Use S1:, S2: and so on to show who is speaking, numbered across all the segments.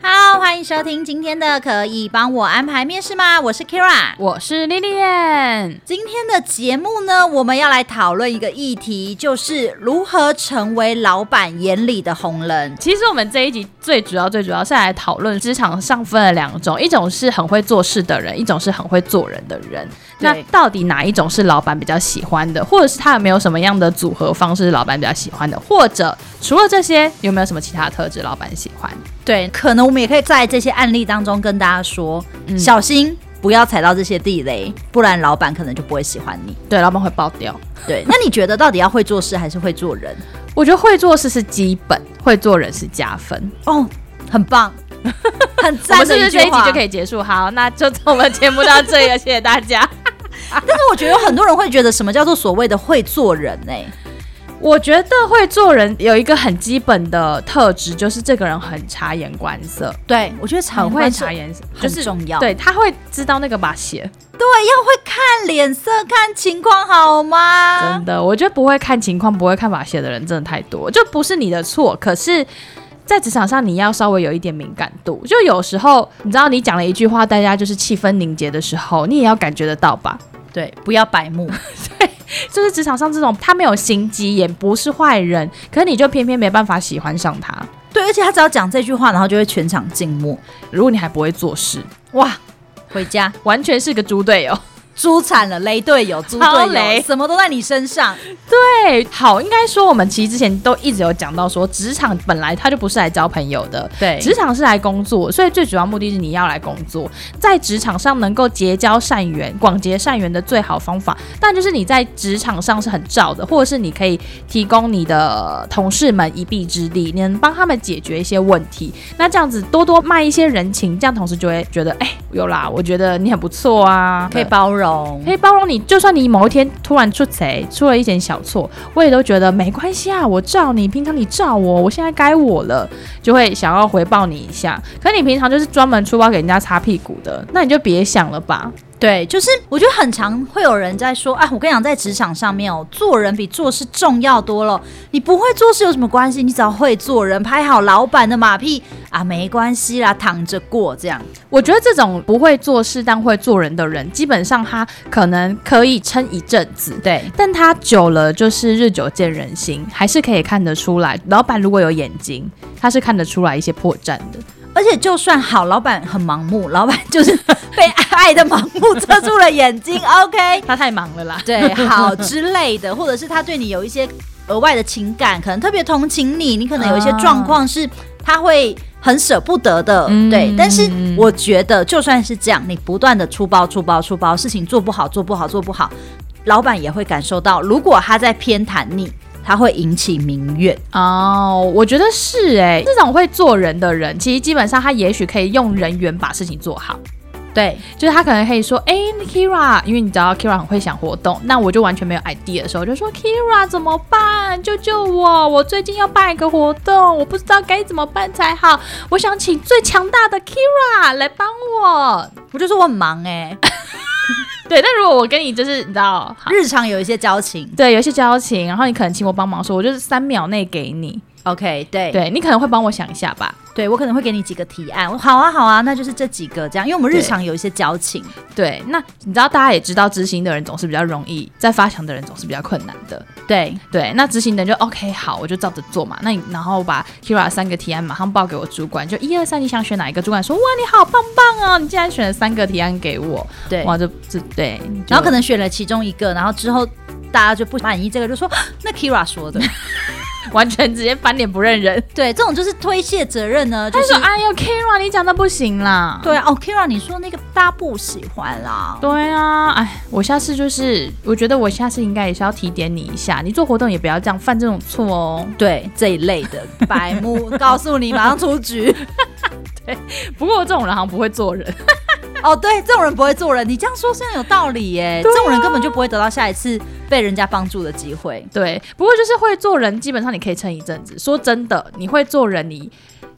S1: Hello，欢迎收听今天的《可以帮我安排面试吗》，我是 Kira，
S2: 我是 Lilian。
S1: 今天的节目呢，我们要来讨论一个议题，就是如何成为老板眼里的红人。
S2: 其实我们这一集最主要、最主要是来讨论职场上分了两种，一种是很会做事的人，一种是很会做人的人。那
S1: 对
S2: 到底哪一种是老板比较喜欢的，或者是他有没有什么样的组合方式是老板比较喜欢的，或者除了这些，有没有什么其他特质老板喜欢？
S1: 对，可能我们也可以在这些案例当中跟大家说，
S2: 嗯
S1: 小心不要踩到这些地雷，不然老板可能就不会喜欢你。
S2: 对，老板会爆掉。
S1: 对，那你觉得到底要会做事还是会做人？
S2: 我觉得会做事是基本，会做人是加分。
S1: 哦，很 棒，很
S2: 我
S1: 赞
S2: 们是
S1: 的
S2: 不
S1: 一
S2: 是
S1: 句
S2: 这一集
S1: 话。
S2: 就可以结束？好，那就从我们节目到这里了，谢谢大家。
S1: 但是我觉得有很多人会觉得什么叫做所谓的会做人欸呢、
S2: 我觉得会做人有一个很基本的特质，就是这个人很察言观色，
S1: 对，我觉得常
S2: 很会察言，
S1: 嗯很
S2: 就是
S1: 重要
S2: 对，他会知道那个把戏。
S1: 对，要会看脸色，看情况好吗？
S2: 真的，我觉得不会看情况、不会看把戏的人真的太多，就不是你的错，可是。在职场上，你要稍微有一点敏感度。就有时候，你知道，你讲了一句话，大家就是气氛凝结的时候，你也要感觉得到吧？
S1: 对，不要白目。
S2: 就是职场上这种，他没有心机，也不是坏人，可是你就偏偏没办法喜欢上他。
S1: 对，而且他只要讲这句话，然后就会全场静默。
S2: 如果你还不会做事，
S1: 哇，回家
S2: 完全是个猪队友。
S1: 猪惨了，雷队友、猪队
S2: 超
S1: 友，
S2: 雷
S1: 什么都在你身上。
S2: 对，好，应该说我们其实之前都一直有讲到说，职场本来它就不是来交朋友的。
S1: 对
S2: 职场是来工作，所以最主要目的是你要来工作。在职场上能够结交善缘、广结善缘的最好方法，但就是你在职场上是很照的，或者是你可以提供你的同事们一臂之力，你能帮他们解决一些问题。那这样子多多卖一些人情，这样同事就会觉得，哎、有啦，我觉得你很不错啊，
S1: 可以包容
S2: 可。以包容你，就算你某一天突然出贼，出了一点小错，我也都觉得没关系啊，我照你，平常你照我，我现在该我了，就会想要回报你一下。可你平常就是专门出包给人家擦屁股的，那你就别想了吧。
S1: 对，就是我觉得很常会有人在说，啊，我跟你讲，在职场上面哦，做人比做事重要多了。你不会做事有什么关系？你只要会做人，拍好老板的马屁啊，没关系啦，躺着过这样。
S2: 我觉得这种不会做事但会做人的人，基本上他可能可以撑一阵子，
S1: 对，
S2: 但他久了就是日久见人心，还是可以看得出来。老板如果有眼睛，他是看得出来一些破绽的。
S1: 而且就算好，老板很盲目，老板就是被爱的盲目遮住了眼 睛。OK，
S2: 他太忙了啦。
S1: 对，好之类的，或者是他对你有一些额外的情感，可能特别同情你，你可能有一些状况是他会很舍不得的，
S2: 嗯
S1: 对。但是我觉得，就算是这样，你不断的出包、出包、出包，事情做不好、做不好、做不好，老板也会感受到，如果他在偏袒你，他会引起民怨。
S2: 哦，我觉得是哎、这种会做人的人，其实基本上他也许可以用人缘把事情做好。
S1: 对，
S2: 就是他可能可以说，哎、k i r a 因为你知道 Kira 很会想活动，那我就完全没有 idea 的时候，我就说 Kira 怎么办？救救我！我最近要办一个活动，我不知道该怎么办才好。我想请最强大的 Kira 来帮我。
S1: 我就说我很忙哎、
S2: 对，但如果我跟你就是你知道，好
S1: 日常有一些交情。
S2: 对，有一些交情，然后你可能请我帮忙的时候，我就是三秒内给你。
S1: OK，对
S2: 对你可能会帮我想一下吧。
S1: 对我可能会给你几个提案，我好啊好啊，那就是这几个这样，因为我们日
S2: 对
S1: 常有一些交情。
S2: 对，那你知道大家也知道，执行的人总是比较容易，在发想的人总是比较困难的。
S1: 对，
S2: 对，那执行的人就 OK，好，我就照着做嘛。那你然后把 Kira 三个提案马上报给我主管，就一二三，你想选哪一个？主管说哇，你好棒棒哦，你竟然选了三个提案给我，
S1: 对
S2: 哇，这这对，
S1: 然后可
S2: 能
S1: 能选了其中一个，然后之后大家就不满意这个，就说啊那 Kira 说的，
S2: 完全直接翻脸不认人。
S1: 对，这种就是推卸责任 呢，就是
S2: 他说哎呦，Kira 你讲的不行啦。
S1: 对啊哦，Kira 你说那个大家不喜欢啦，
S2: 对啊，哎，我下次就是，我觉得我下次应该也是要提点你一下，你做活动也不要这样犯这种错哦。
S1: 对这一类的白目，告诉你马上出局。
S2: 不过我这种人好像不会做人。
S1: 哦，对，这种人不会做人，你这样说虽然有道理耶，这种人根本就不会得到下一次被人家帮助的机会。
S2: 对，不过就是会做人，基本上你可以撑一阵子。说真的，你会做人，你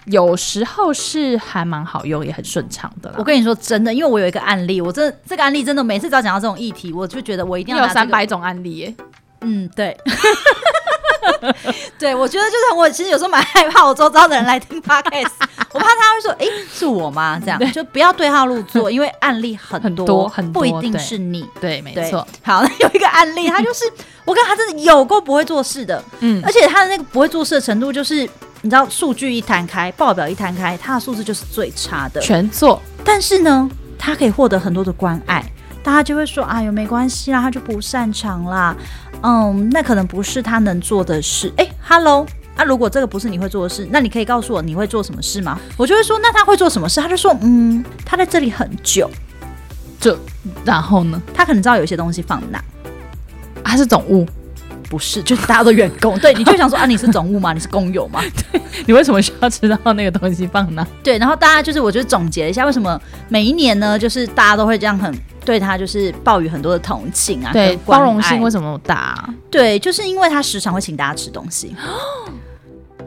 S2: 有时候是还蛮好用，也很顺畅的
S1: 我
S2: 啦。
S1: 跟你说真的，因为我有一个案例，我真这个案例真的每次只要讲到这种议题，我就觉得我一
S2: 你
S1: 定要
S2: 有
S1: 拿这个
S2: 三百种案例耶，
S1: 嗯， 对。对，我觉得就是我其实有时候蛮害怕我周遭的人来听 podcast，我怕他会说：“诶，是我吗？”这样就不要对号入座，因为案例很
S2: 很
S1: 多，
S2: 多很
S1: 不一
S2: 多
S1: 定
S2: 对
S1: 是你。
S2: 对，没
S1: 对
S2: 错，。
S1: 好， 那有一个案例，他就是我跟他真的有够不会做事的，
S2: 嗯
S1: 而且他的那个不会做事的程度，就是你知道，数据一摊开，报表一摊开，他的数字就是最差的。
S2: 全做，
S1: 但是呢，他可以获得很多的关爱，大家就会说：“哎呦，没关系啦，他就不擅长啦，嗯，那可能不是他能做的事。”哎，Hello。那、如果这个不是你会做的事，那你可以告诉我你会做什么事吗？我就会说，那他会做什么事？他就说，嗯，他在这里很久，
S2: 就然后呢？
S1: 他可能知道有些东西放哪，
S2: 他是总务，
S1: 不是，就是大家都员工，对，你就想说啊，你是总务吗？你 是工友吗？
S2: 你为什么需要知道那个东西放哪？
S1: 对，然后大家就是，我就总结了一下，为什么每一年呢，就是大家都会这样很对他就是抱有很多的同情啊，
S2: 对
S1: 跟，关
S2: 包容性
S1: 爱
S2: 为什么大啊？
S1: 对，就是因为他时常会请大家吃东西。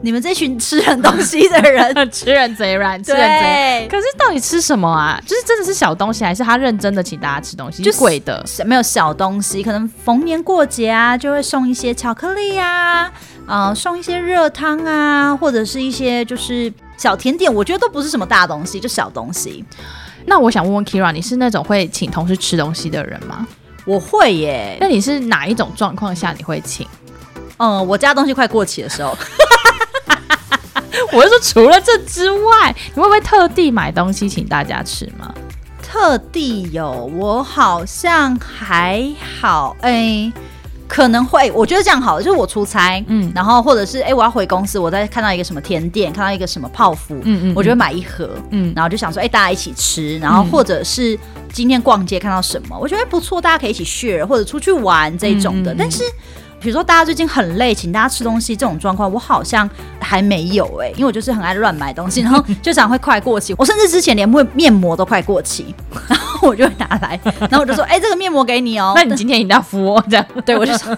S1: 你们这群吃人东西的人，
S2: 吃人贼软，吃人
S1: 对，
S2: 贼。可是到底吃什么啊？就是真的是小东西，还是他认真的请大家吃东西？
S1: 就是
S2: 贵的，
S1: 小没有小东西，可能逢年过节啊，就会送一些巧克力啊，呃，送一些热汤啊，或者是一些就是小甜点，我觉得都不是什么大东西，就小东西。
S2: 那我想问问 Kira，你是那种会请同事吃东西的人吗？
S1: 我会耶，
S2: 那你是哪一种状况下你会请？
S1: 嗯，我家东西快过期的时候，
S2: 我是说，除了这之外，你会不会特地买东西请大家吃吗？
S1: 特地有，我好像还好，哎、可能会，我觉得这样好了，就是我出差，
S2: 嗯
S1: 然后或者是哎、我要回公司，我再看到一个什么甜点，看到一个什么泡芙，
S2: 嗯嗯
S1: 我就会买一盒，
S2: 嗯，
S1: 然后就想说哎、大家一起吃，然后或者是今天逛街看到什么，我觉得哎不错，大家可以一起 share，或者出去玩这种的，
S2: 嗯嗯嗯
S1: 但是。比如说大家最近很累，请大家吃东西这种状况，我好像还没有哎、因为我就是很爱乱买东西，然后就常会快过期。 我甚至之前连面面膜都快过期，然后我就会拿 来，然后我就说：“哎、这个面膜给你哦。”
S2: 那你今天一定要服我这样。
S1: 对， 我就说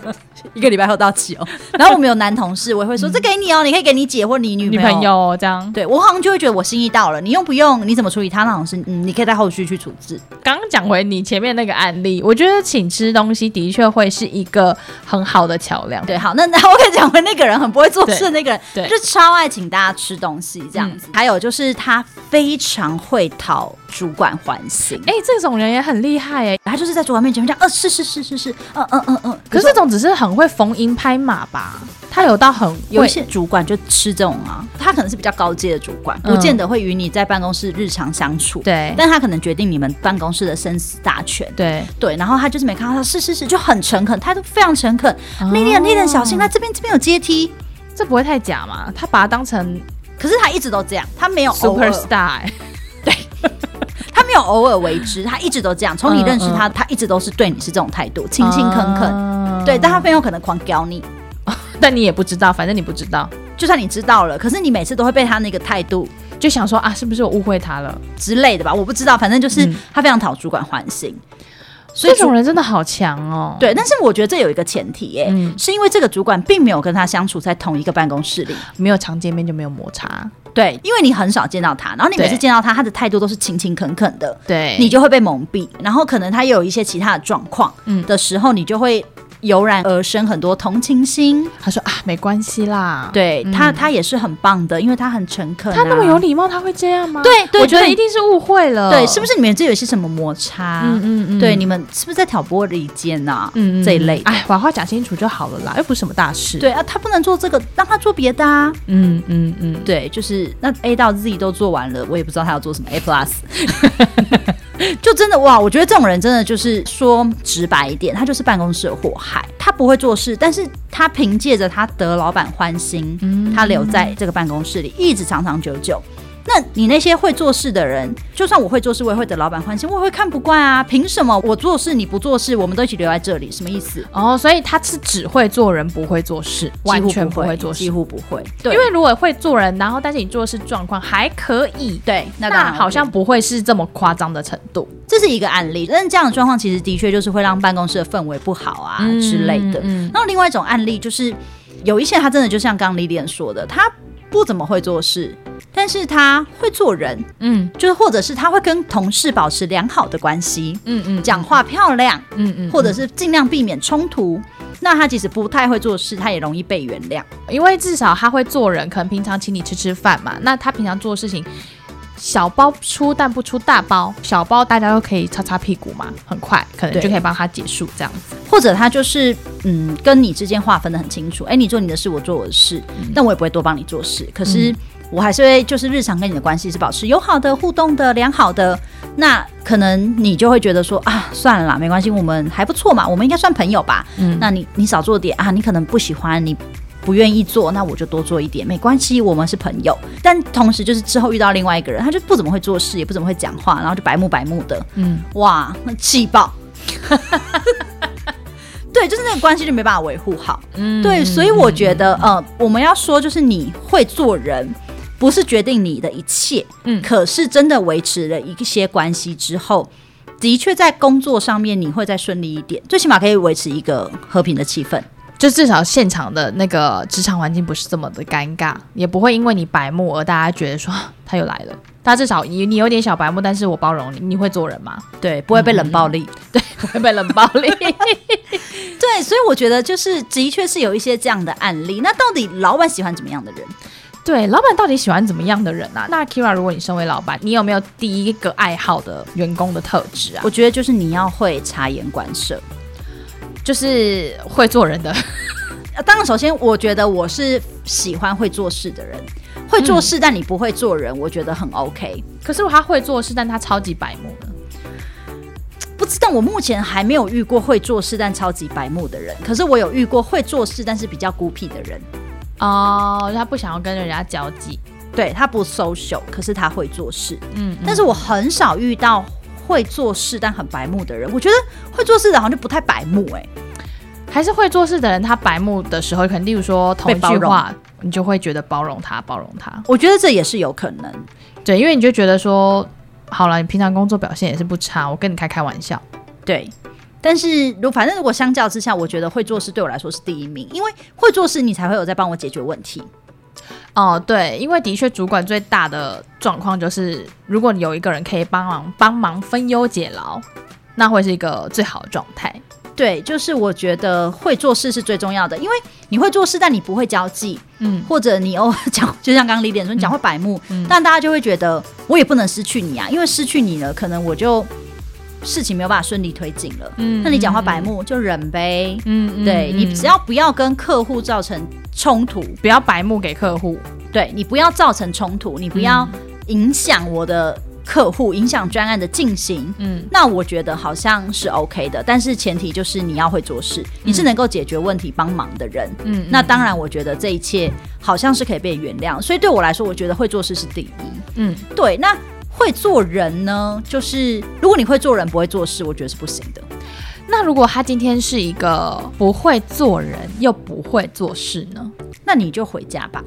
S1: 一个礼拜后到期哦。然后我们有男同事，我也会说这给你哦，你可以给你姐或你女
S2: 女
S1: 朋
S2: 朋。友哦这样，
S1: 对我好像就会觉得我心意到了，你用不用，你怎么处理它，那好像是嗯，你可以在后续去处置。
S2: 刚刚讲回你前面那个案例，我觉得请吃东西的确会是一个很好的桥梁。
S1: 对，好，那那我可以讲回那个人很不会做事的那个人，
S2: 对嗯
S1: 就超爱请大家吃东西这样子。还有就是他非常会讨主管欢心，
S2: 哎、这种人也很厉害哎、
S1: 他就是在主管面前这样，呃，是是是是是，嗯嗯嗯嗯。
S2: 可是这种只是很会逢迎拍马吧？他有到很
S1: 有
S2: 会
S1: 一些主管就吃这种啊，他可能是比较高阶的主管，不
S2: 嗯
S1: 见得会与你在办公室日常相处。
S2: 对
S1: 但他可能决定你们办公室的生死大权。
S2: 对，
S1: 对，然后他就是没看到他，是是是，就很诚恳，态度非常诚恳。
S2: 哦
S1: 那点那点小心，啊来这边这边有阶梯。
S2: 这不会太假嘛？他把它当成
S1: 可是他一直都这样，他没有偶
S2: super
S1: 尔，
S2: star，、欸、
S1: 他没有偶尔为之，他一直都这样。从你
S2: 嗯
S1: 认识他，他一直都是对你是这种态度，勤勤恳恳。
S2: 啊
S1: 对，但他很有可能狂屌你，
S2: 但你也不知道，反正你不知道，
S1: 就算你知道了，可是你每次都会被他那个态度
S2: 就想说啊，是不是我误会他了？
S1: 之类的吧，我不知道，反正就是
S2: 嗯
S1: 他非常讨主管欢心。所以
S2: 这
S1: 主
S2: 种人真的好强哦。，
S1: 对，但是我觉得这有一个前提、耶，
S2: 嗯
S1: 是因为这个主管并没有跟他相处在同一个办公室里，
S2: 没有常见面就没有摩擦。
S1: 对，因为你很少见到他，然后你每次
S2: 对
S1: 见到他，他的态度都是勤勤恳恳的，
S2: 对，
S1: 你就会被蒙蔽，然后可能他有一些其他的状况，
S2: 嗯
S1: 的时候，你就会油然而生很多同情心，
S2: 他说啊，没关系啦。，
S1: 对、
S2: 嗯
S1: 他，他也是很棒的，因为他很诚恳、啊
S2: 他那么有。礼貌，他会这样吗？
S1: 对对
S2: 我觉得
S1: 对
S2: 一定是误会了。
S1: 对，是不？是你们这有些什么摩擦？
S2: 嗯嗯嗯，
S1: 对，你们是不是在挑拨离间呐？
S2: 嗯嗯
S1: 这一类的。
S2: 哎，把话讲清楚就好了啦，又不是什么大事。，
S1: 对啊，他不能做这个，让他做别的啊。
S2: 嗯嗯嗯，
S1: 对，就是那 A 到 Z 都做完了，我也不知道他要做什么 A plus。就真的哇，我觉得这种人真的就是说直白一点，他就是办公室的祸害。他不会做事，但是他
S2: 嗯
S1: 凭借着他得老板欢心，他留在这个办公室里一直长长久久。那你那些会做事的人，就算我会做事，我也会得老板欢心，我也会看不惯啊！凭什么我做事你不做事，我们都一起留在这里？什么意思？
S2: 哦，所以他是只会做人，不会做事，完全不会做事
S1: 几。乎不会。
S2: 因
S1: 对，
S2: 为如果会做人，然后但是你做事状况还可以，
S1: 对，那
S2: 那
S1: 当然
S2: 好像不会是这么夸张的程度
S1: 这是一个案例，但是这样的状况其实的确就是会让办公室的氛围不好啊、之类的。
S2: 嗯，嗯
S1: 然后另外一种案例就是，有一些他真的就像刚李莲说的，他不怎么会做事，但是他会做人，
S2: 嗯
S1: 就是或者是他会跟同事保持良好的关系，
S2: 嗯嗯，
S1: 讲话漂亮，
S2: 嗯嗯，
S1: 或者
S2: 是
S1: 是尽量避免冲突。那他即使不太会做事，他也容易被原谅。
S2: 因为至少他会做人，可能平常请你吃吃饭嘛，那他平常做的事情。小包出但不出大包，小包大家都可以擦擦屁股嘛，很快可能
S1: 对
S2: 就可以帮他结束这样子。
S1: 或者他就是嗯，跟你之间划分的很清楚，哎、你做你的事，我做我的事，
S2: 嗯
S1: 但我也不会多帮你做事。可是我还是会就是日常跟你的关系是保持友好的、互动的、良好的。那可能你就会觉得说啊，算了啦，没关系，我们还不错嘛，我们应该算朋友吧。
S2: 嗯
S1: 那你你少做点啊，你可能不喜欢你。不愿意做，那我就多做一点，没关系，我们是朋友。但同时，就是之后遇到另外一个人，他就不怎么会做事，也不怎么会讲话，然后就白目白目的，
S2: 嗯，
S1: 哇，那气爆。对，就是那个关系就没办法维护好。
S2: 嗯
S1: 对，所以我觉得，呃，我们要说就是你会做人，不是决定你的一切，
S2: 嗯
S1: 可是真的维持了一些关系之后，的确在工作上面你会再顺利一点，最起码可以维持一个和平的气氛。
S2: 就至少现场的那个职场环境不是这么的尴尬，也不会因为你白目而大家觉得说 啊他又来了。他至少你你有点小白目，但是我包容你，你会做人吗？
S1: 对，不会被冷暴力。
S2: 不会被冷暴力。
S1: 嗯对，所以我觉得就是的确是有一些这样的案例。那到底老板喜欢怎么样的人？
S2: 对，老板到底喜欢怎么样的人啊？那 Kira，如果你身为老板，你有没有第一个爱好的员工的特质啊
S1: 我？觉得就是你要会察言观色。
S2: 就是会做人的，
S1: 呃当然，首先我觉得我是喜欢会做事的人，会做事，但你不会做人，我觉得很 OK。
S2: 可是他会做事，但他超级白目的。
S1: 不知道我目前还没有遇过会做事但超级白目的人，可是我有遇过会做事但是比较孤僻的人。
S2: 哦，他不想要跟人家交际。
S1: 对他不 social，可是他会做事。
S2: 嗯，
S1: 但是我很少遇到会做事但很白目的人。我觉得会做事的好像就不太白目哎、
S2: 还是会做事的人，他白目的时候，可能例如说同一
S1: 被包
S2: 句
S1: 容
S2: 话，你就会觉得包容他，包容他。
S1: 我觉得这也是有可能。
S2: 对，因为你就觉得说，好了，你平常工作表现也是不差，我跟你开开玩笑。
S1: 对，但是如反正如果相较之下，我觉得会做事对我来说是第一名，因为会做事你才会有在帮我解决问题。
S2: 哦，对，因为的确，主管最大的状况就是，如果你有一个人可以帮忙帮忙分忧解劳，那会是一个最好的状态。
S1: 对，就是我觉得会做事是最重要的，因为你会做事，但你不会交际，
S2: 嗯，
S1: 或者你偶尔 讲，就像刚刚李点说，你讲话百目，
S2: 嗯
S1: 但大家就会觉得我也不能失去你啊，因为失去你了，可能我就事情没有办法顺利推进了。
S2: 嗯
S1: 那你讲话百目就忍呗，
S2: 嗯
S1: 对你只要不要跟客户造成冲突，
S2: 不要白目给客户，
S1: 对你不要造成冲突，你不要
S2: 嗯
S1: 影响我的客户，影响专案的进行。
S2: 嗯
S1: 那我觉得好像是 OK 的，但是前提就是你要会做事，你是能够解决问题、帮忙的人。
S2: 嗯
S1: 那当然，我觉得这一切好像是可以被原谅，所以对我来说，我觉得会做事是第一。
S2: 嗯，
S1: 对，那会做人呢，就是如果你会做人不会做事，我觉得是不行的。
S2: 那如果他今天是一个不会做人又不会做事呢？
S1: 那你就回家吧。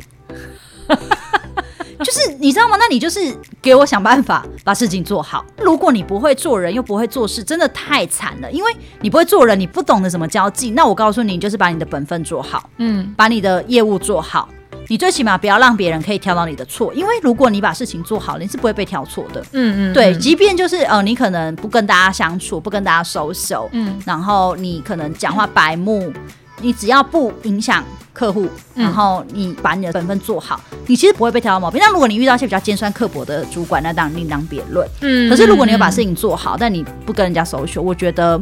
S1: 就是你知道吗？那你就是给我想办法把事情做好。如果你不会做人又不会做事，真的太惨了。因为你不会做人，你不懂得怎么交际。那我告诉你，你就是把你的本分做好，
S2: 嗯
S1: 把你的业务做好。你最起码不要让别人可以挑到你的错，因为如果你把事情做好了，你是不会被挑错的。
S2: 嗯嗯，
S1: 对，即便就是呃，你可能不跟大家相处，不跟大家熟手，
S2: 嗯
S1: 然后你可能讲话白目，你只要不影响客户，
S2: 嗯
S1: 然后你把你的本分做好，你其实不会被挑到毛病。但如果你遇到一些比较尖酸刻薄的主管，那当然另当别论。
S2: 嗯
S1: 可是如果你有把事情做好，但你不跟人家熟学，我觉得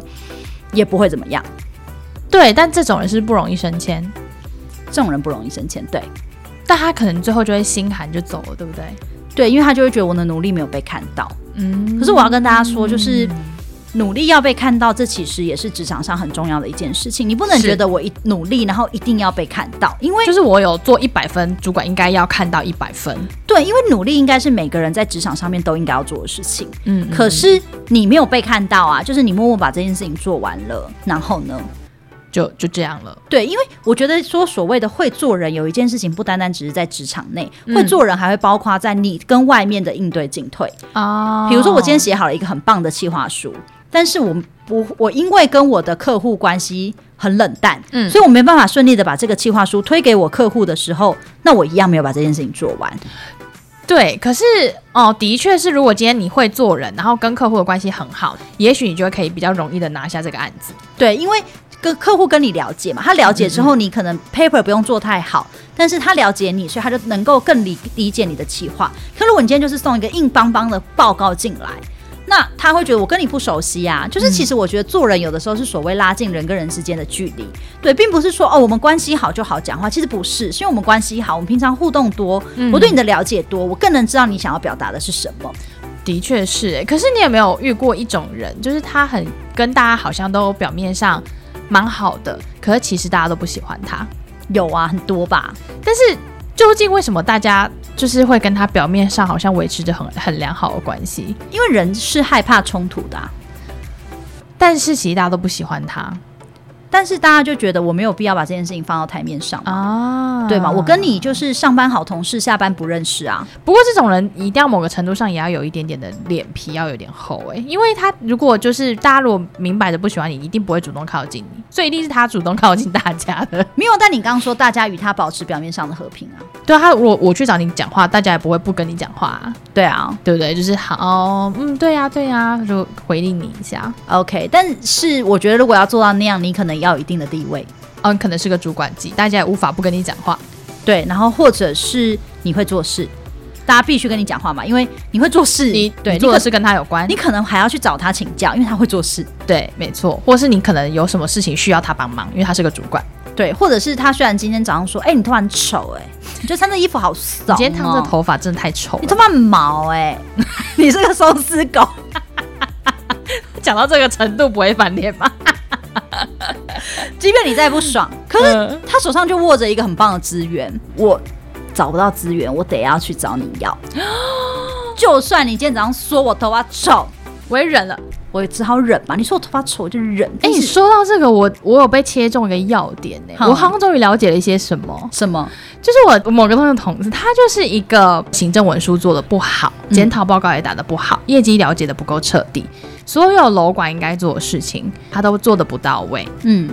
S1: 也不会怎么样。
S2: 对，但这种人是不容易升迁，
S1: 这种人不容易升迁，对
S2: 但他可能最后就会心寒就走了，对不对？
S1: 对，因为他就会觉得我的努力没有被看到。
S2: 嗯
S1: 可是我要跟大家说，就是。努力要被看到，这其实也是职场上很重要的一件事情。你不能
S2: 是
S1: 觉得我一努力，然后一定要被看到，因为
S2: 就是我有做一百分，主管应该要看到一百分。
S1: 对，因为努力应该是每个人在职场上面都应该要做的事情。
S2: 嗯，
S1: 可是你没有被看到啊，就是你默默把这件事情做完了，然后呢？
S2: 就就这样了。
S1: 对，因为我觉得说所谓的会做人，有一件事情不单单只是在职场内，
S2: 嗯
S1: 会做人还会包括在你跟外面的应对进退。
S2: 哦
S1: 比如说，我今天写好了一个很棒的企划书，但是我不，我因为跟我的客户关系很冷淡，
S2: 嗯
S1: 所以我没办法顺利的把这个企划书推给我客户的时候，那我一样没有把这件事情做完。
S2: 对，可是哦，的确是，如果今天你会做人，然后跟客户的关系很好，也许你就可以比较容易的拿下这个案子。
S1: 对，因为跟客户跟你了解嘛，他了解之后，你可能 paper 不用做太好，但是他了解你，所以他就能够更理理解你的企划。可如果你今天就是送一个硬邦邦的报告进来。那他会觉得我跟你不熟悉啊，就是其实我觉得做人有的时候是所谓拉近人跟人之间的距离，对，并不是说哦我们关系好就好讲话，其实不是，是因为我们关系好，我们平常互动多，我对你的了解多，我更能知道你想要表达的是什么。
S2: 的确是欸，可是你有没有遇过一种人，就是他很跟大家好像都表面上蛮好的，可是其实大家都不喜欢他。
S1: 有啊，很多吧，
S2: 但是究竟为什么大家就是会跟他表面上好像维持着很很良好的关系，
S1: 因为人是害怕冲突的、啊，
S2: 但是其实大家都不喜欢他
S1: 但是大家就觉得我没有必要把这件事情放到台面上嘛，
S2: 啊
S1: 对吗？我跟你就是上班好同事，下班不认识啊。
S2: 不过这种人一定要某个程度上也要有一点点的脸皮，要有点厚哎、因为他如果就是大家如果明摆着不喜欢你，一定不会主动靠近你，所以一定是他主动靠近大家 的。
S1: 没有，但你刚刚说大家与他保持表面上的和平啊，
S2: 对啊，他如果我去找你讲话，大家也不会不跟你讲话、啊，
S1: 对啊
S2: 对不对？就是好，哦嗯，对呀、对呀、就回应你一下。
S1: ，OK。但是我觉得如果要做到那样，你可能要有一定的地位，
S2: 哦，你可能是个主管级，大家也无法不跟你讲话。
S1: 对，然后或者是你会做事，大家必须跟你讲话嘛，因为你会做事，
S2: 你
S1: 对
S2: 你
S1: 你
S2: 做的
S1: 可
S2: 是跟他有关，
S1: 你可能还要去找他请教，因为他会做事，
S2: 对，没错，或是你可能有什么事情需要他帮忙，因为他是个主管。
S1: 对，或者是他虽然今天早上说，哎、你头发很丑、哎，你觉得穿这衣服好怂、
S2: 你
S1: 哦，
S2: 今天烫这头发真的太丑
S1: 你
S2: 了
S1: 头。发很毛哎、 你是个手撕狗。
S2: 讲到这个程度不会翻脸吧？
S1: 即便你再不爽，可是
S2: 是
S1: 他手上就握着一个很棒的资源，我找不到资源，我得要去找你要。 就算你今天早上说我头发丑，
S2: 我也忍了。
S1: 我也只好忍嘛。你说我头发丑，我就忍。
S2: 哎、
S1: 但
S2: 你
S1: 是
S2: 说到这个，我我有被切中一个要点呢、
S1: 好
S2: 我好像终于了解了一些什么。
S1: 什么？
S2: 就是我我某个同事同事，他就是一个行政文书做的不好，
S1: 嗯
S2: 检讨报告也打得不好，业绩了解的不够彻底，所有楼管应该做的事情他都做的不到位。
S1: 嗯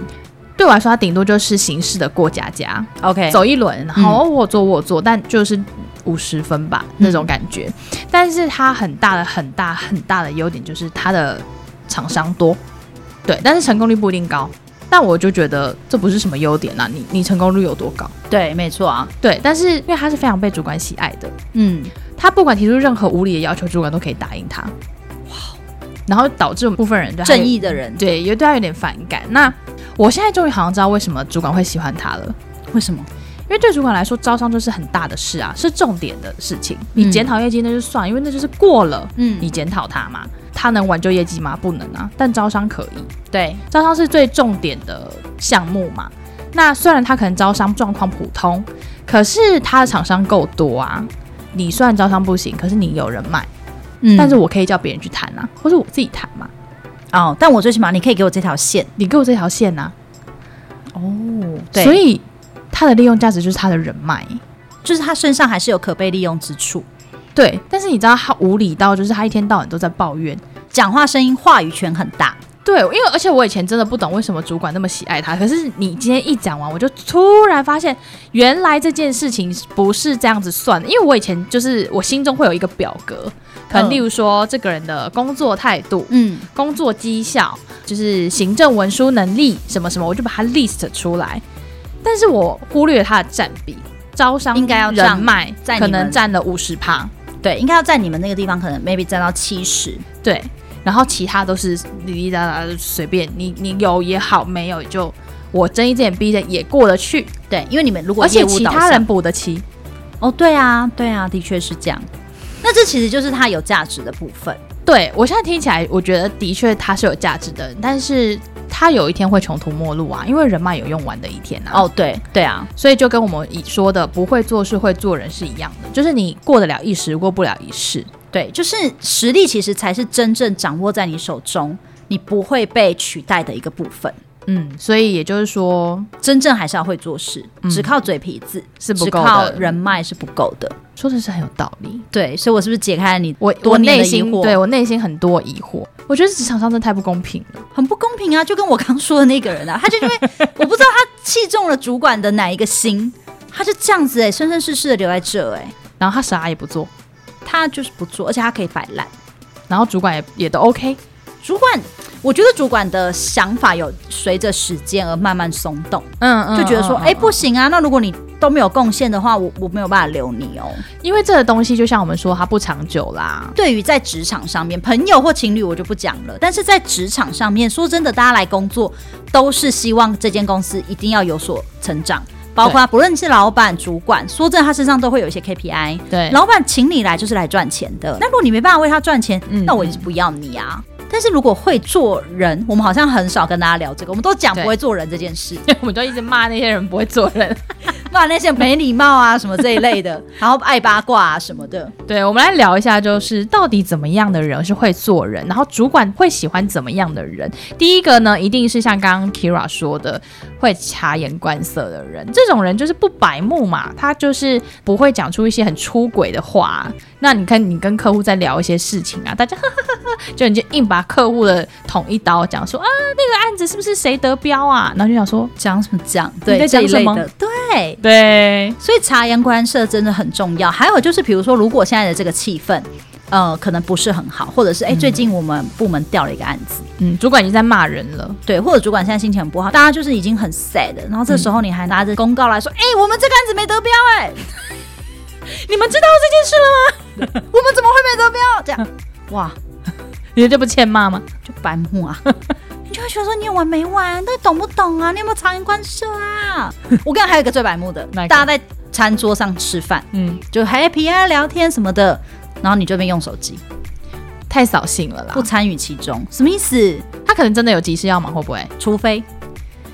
S2: 对我来说，他顶多就是形式的过家家，
S1: ，OK，
S2: 走一轮，然
S1: 嗯
S2: 后我做我做，但就是五十分吧那种感觉。但是它很大的很大很大的优点就是它的厂商多，对，但是成功率不一定高。但我就觉得这不是什么优点啊，你你成功率有多高？
S1: 对，没错啊。
S2: 对，但是因为他是非常被主管喜爱的，
S1: 嗯，
S2: 他不管提出任何无理的要求，主管都可以答应他。哇，然后导致部分人对他有
S1: 正义的人
S2: 对也对他有点反感。那我现在终于好像知道为什么主管会喜欢他了。
S1: 为什么？
S2: 因为对主管来说，招商就是很大的事啊，是重点的事情。你检讨业绩那就算，因为那就是过了，
S1: 嗯
S2: 你检讨他嘛，他能挽救业绩吗？不能啊，但招商可以，
S1: 对，
S2: 招商是最重点的项目嘛。那虽然他可能招商状况普通，可是他的厂商够多啊。你虽然招商不行，可是你有人脉，
S1: 嗯
S2: 但是我可以叫别人去谈啊，或者我自己谈嘛。
S1: 哦，但我最起码你可以给我这条线
S2: 你给我这条线啊，
S1: 哦。对，
S2: 所以他的利用价值就是他的人脉。
S1: 就是他身上还是有可被利用之处，
S2: 对，但是你知道他无理到，就是他一天到晚都在抱怨。
S1: 讲话声音话语权很大。
S2: 对，因为而且我以前真的不懂为什么主管那么喜爱他，可是你今天一讲完，我就突然发现，原来这件事情不是这样子算的。因为我以前就是我心中会有一个表格，可能
S1: 嗯
S2: 例如说这个人的工作态度、
S1: 嗯
S2: 工作绩效，就是行政文书能力什么什么，我就把它 list 出来。但是我忽略了他的占比，招商
S1: 应该要
S2: 人
S1: 占
S2: 脉
S1: 占
S2: 可
S1: 你
S2: 能
S1: 们
S2: 占了五十趴，
S1: 对，应该要在你们那个地方，可能 maybe 占到七十。
S2: 对，然后其他都是哩哩啦啦就随便，你你有也好，没有也就我睁一只眼闭一只眼也过得去，
S1: 对，因为你们如果
S2: 而且
S1: 业务
S2: 其
S1: 导
S2: 他
S1: 向
S2: 人补得起。
S1: 哦，对啊，对啊，的确是这样。那这其实就是它有价值的部分。
S2: 对我现在听起来，我觉得的确他是有价值的，但是他有一天会穷途末路啊，因为人脉有用完的一天啊。
S1: 哦，对对啊，
S2: 所以就跟我们以说的不会做事会做人是一样的，就是你过得了一时，过不了一世。
S1: 对，就是实力其实才是真正掌握在你手中，你不会被取代的一个部分。
S2: 嗯，所以也就是说
S1: 真正还是要会做事，只靠嘴皮子、
S2: 嗯是不
S1: 只
S2: 够
S1: 靠
S2: 的。
S1: 人脉是不够的。
S2: 说的是很有道理。
S1: 对，所以我是不是解开了你
S2: 我
S1: 多
S2: 我
S1: 年
S2: 内
S1: 的疑
S2: 心
S1: 惑？
S2: 对我内心很多疑惑，我觉得职场上真的太不公平了。
S1: 很不公平啊！就跟我刚说的那个人啊，他 就因为我不知道他器重了主管的哪一个心，他就这样子哎、生生世世的留在这哎、
S2: 然后他啥也不做，
S1: 他就是不做，而且他可以摆烂。
S2: 然后主管也也都 OK。
S1: 主管，我觉得主管的想法有随着时间而慢慢松动，
S2: 嗯嗯
S1: 就觉得说，
S2: 嗯
S1: 哎、不行啊，那如果你都没有贡献的话，我我没有办法留你哦。
S2: 因为这个东西就像我们说，它不长久啦。
S1: 对于在职场上面，朋友或情侣我就不讲了，但是在职场上面，说真的，大家来工作都是希望这间公司一定要有所成长，包括不论是老板、主管，说真的，他身上都会有一些 KPI。
S2: 对，
S1: 老板请你来就是来赚钱的，那如果你没办法为他赚钱，
S2: 嗯
S1: 那我也是不要你啊。但是如果会做人，我们好像很少跟大家聊这个，我们都讲
S2: 对
S1: 不会做人这件事，
S2: 我们就一直骂那些人不会做人。
S1: 骂那些没礼貌啊什么这一类的，然后爱八卦啊什么的。
S2: 对，我们来聊一下，就是到底怎么样的人是会做人，然后主管会喜欢怎么样的人？第一个呢，一定是像刚刚 Kira 说的，会察言观色的人，这种人就是不白目嘛，他就是不会讲出一些很出轨的话。那你看，你跟客户在聊一些事情啊，大家呵呵呵，就你就硬把客户的捅一刀，讲说啊，那个案子是不是谁得标啊？然后就想说，
S1: 讲什么讲？
S2: 你
S1: 对
S2: 在
S1: 这
S2: 讲
S1: 一类
S2: 什么
S1: 的，对。
S2: 对，
S1: 所以察言观色真的很重要。还有就是，比如说，如果现在的这个气氛，呃，可能不是很好，或者是哎、诶最近我们部门掉了一个案子，
S2: 嗯，主管已经在骂人了，
S1: 对，或者主管现在心情很不好，大家就是已经很 sad，然后这时候你还拿着公告来说，哎、我们这个案子没得标、哎，
S2: 你们知道这件事了
S1: 我们怎么会没得标？这样，哇，
S2: 吗？你觉得这不欠骂吗？
S1: 就白目啊！ 你就会觉得说你有完没完？到底懂不懂啊？你有没有察言观色啊？我跟你讲还有一个最白目的，
S2: 哪
S1: 大家
S2: 一个
S1: 在餐桌上吃饭，
S2: 嗯，
S1: 就 happy 啊聊天什么的，然后你这边用手机。
S2: 太扫兴了啦
S1: 不。参与其中，什么意思？
S2: 他可能真的有急事要忙，会不会？
S1: 除非，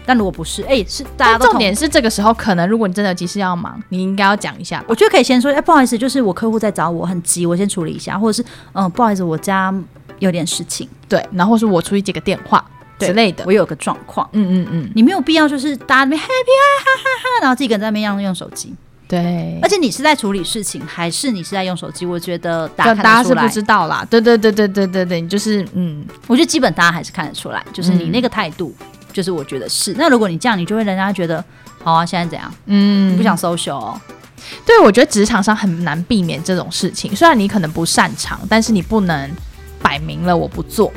S1: 但如果不是，哎、是大家
S2: 但
S1: 都
S2: 重
S1: 同
S2: 点，是这个时候，可能如果你真的有急事要忙，你应该要讲一下吧。
S1: 我觉得可以先说，哎、不好意思，就是我客户在找我，很急，我先处理一下，或者是，嗯、不好意思，我家有点事情，
S2: 对，然后是我出去接个电话
S1: 对
S2: 之类的。
S1: 我有个状况，
S2: 嗯嗯嗯，
S1: 你没有必要就是大家那边 happy 啊哈哈哈，然后自己一个人在那边用用手机，
S2: 对
S1: 而。且你是在处理事情，还是你是在用手机？我觉得大家
S2: 就
S1: 看
S2: 大
S1: 得
S2: 家
S1: 出
S2: 是不
S1: 来，
S2: 知道啦，对对对对对对对，你就是嗯，
S1: 我觉得基本大家还是看得出来，就是你
S2: 嗯
S1: 那个态度，就是我觉得是。那如果你这样，你就会人家觉得，好啊，现在怎样？
S2: 嗯
S1: 你不想 social 哦？
S2: 对我觉得职场上很难避免这种事情，虽然你可能不擅长，但是你不能摆明了我不做，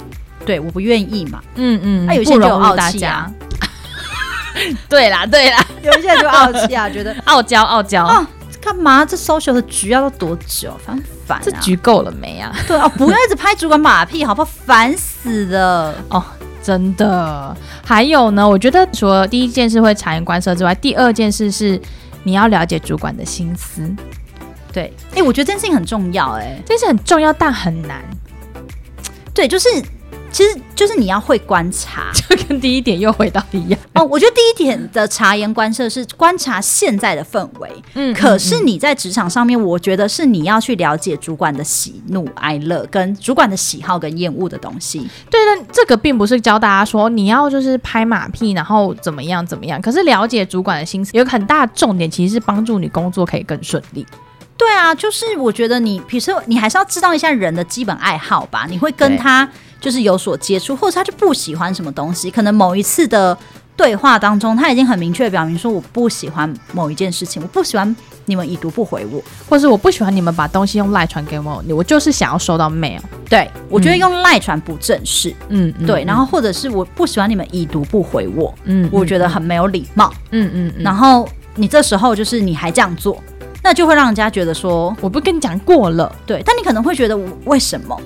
S1: 对，我不愿意嘛。
S2: 嗯嗯，
S1: 啊有些
S2: 不
S1: 人就
S2: 融
S1: 有
S2: 入
S1: 傲
S2: 大
S1: 气
S2: 家
S1: 啊。
S2: 对啦对啦，
S1: 有一些人就傲气啊，觉得
S2: 傲娇傲娇，
S1: 哦干嘛这 social 的局要到多久，烦不烦、啊？
S2: 这局够了没啊？
S1: 对哦，不要一直拍主管马屁，好不好？烦死了。
S2: 哦，真的。还有呢，我觉得除了第一件事会察言观色之外，第二件事是你要了解主管的心思，
S1: 对，哎、我觉得这件事情很重要、哎，
S2: 这是很重要但很难，
S1: 对，就是其实就是你要会观察
S2: 就跟第一点又回到一样。
S1: 哦。我觉得第一点的察言观色是观察现在的氛围，
S2: 嗯
S1: 可是你在职场上面，我觉得是你要去了解主管的喜怒哀乐，跟主管的喜好跟厌恶的东西。
S2: 对，但这个并不是教大家说你要就是拍马屁，然后怎么样怎么样。可是了解主管的心思，有个很大的重点其实是帮助你工作可以更顺利。
S1: 对啊，就是我觉得你，比如说你还是要知道一下人的基本爱好吧，你会跟
S2: 对
S1: 他就是有所接触，或者他就不喜欢什么东西，可能某一次的对话当中，他已经很明确地表明说我不喜欢某一件事情，我不喜欢你们已读不回我。
S2: 或是我不喜欢你们把东西用赖传给我，我就是想要收到 mail。
S1: 对，我觉得用赖传不正式，
S2: 嗯，嗯
S1: 对，然后或者是我不喜欢你们已读不回我，
S2: 嗯
S1: 我觉得很没有礼貌。
S2: 嗯嗯嗯，
S1: 然后你这时候就是你还这样做，那就会让人家觉得说
S2: 我不跟你讲过了。
S1: 对，但你可能会觉得我为什么？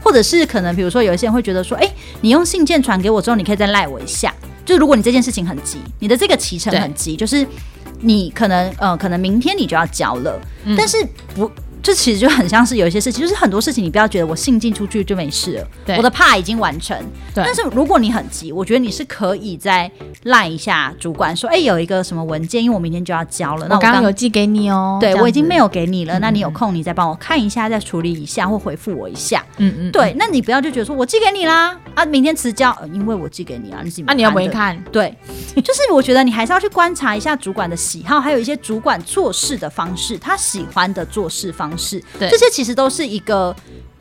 S1: 或者是可能比如说有一些人会觉得说，哎、你用信件传给我之后，你可以再赖我一下。就是如果你这件事情很急，你的这个期程
S2: 对嗯
S1: 很急，就是你可能呃可能明天你就要交了，但是不这其实就很像是有一些事情，就是很多事情你不要觉得我兴进出去就没事了，
S2: 对
S1: 我的怕已经完成。
S2: 对
S1: 但是如果你很急，我觉得你是可以再赖一下主管说，哎、有一个什么文件，因为我明天就要交了。那
S2: 我
S1: 我
S2: 刚刚有寄给你哦，
S1: 对
S2: 这样
S1: 我已经
S2: 子嗯
S1: 没，有给你了，那你有空你再帮我看一下，再处理一下或回复我一下。
S2: 嗯嗯，
S1: 对，那你不要就觉得说我寄给你啦，啊，明天迟交，呃因为我寄给你啊，你自己没
S2: 啊，你又
S1: 看
S2: 没
S1: 的
S2: 看，
S1: 对， 就是我觉得你还是要去观察一下主管的喜好，还有一些主管做事的方式，他喜欢的做事方式，
S2: 对
S1: 这些其实都是一个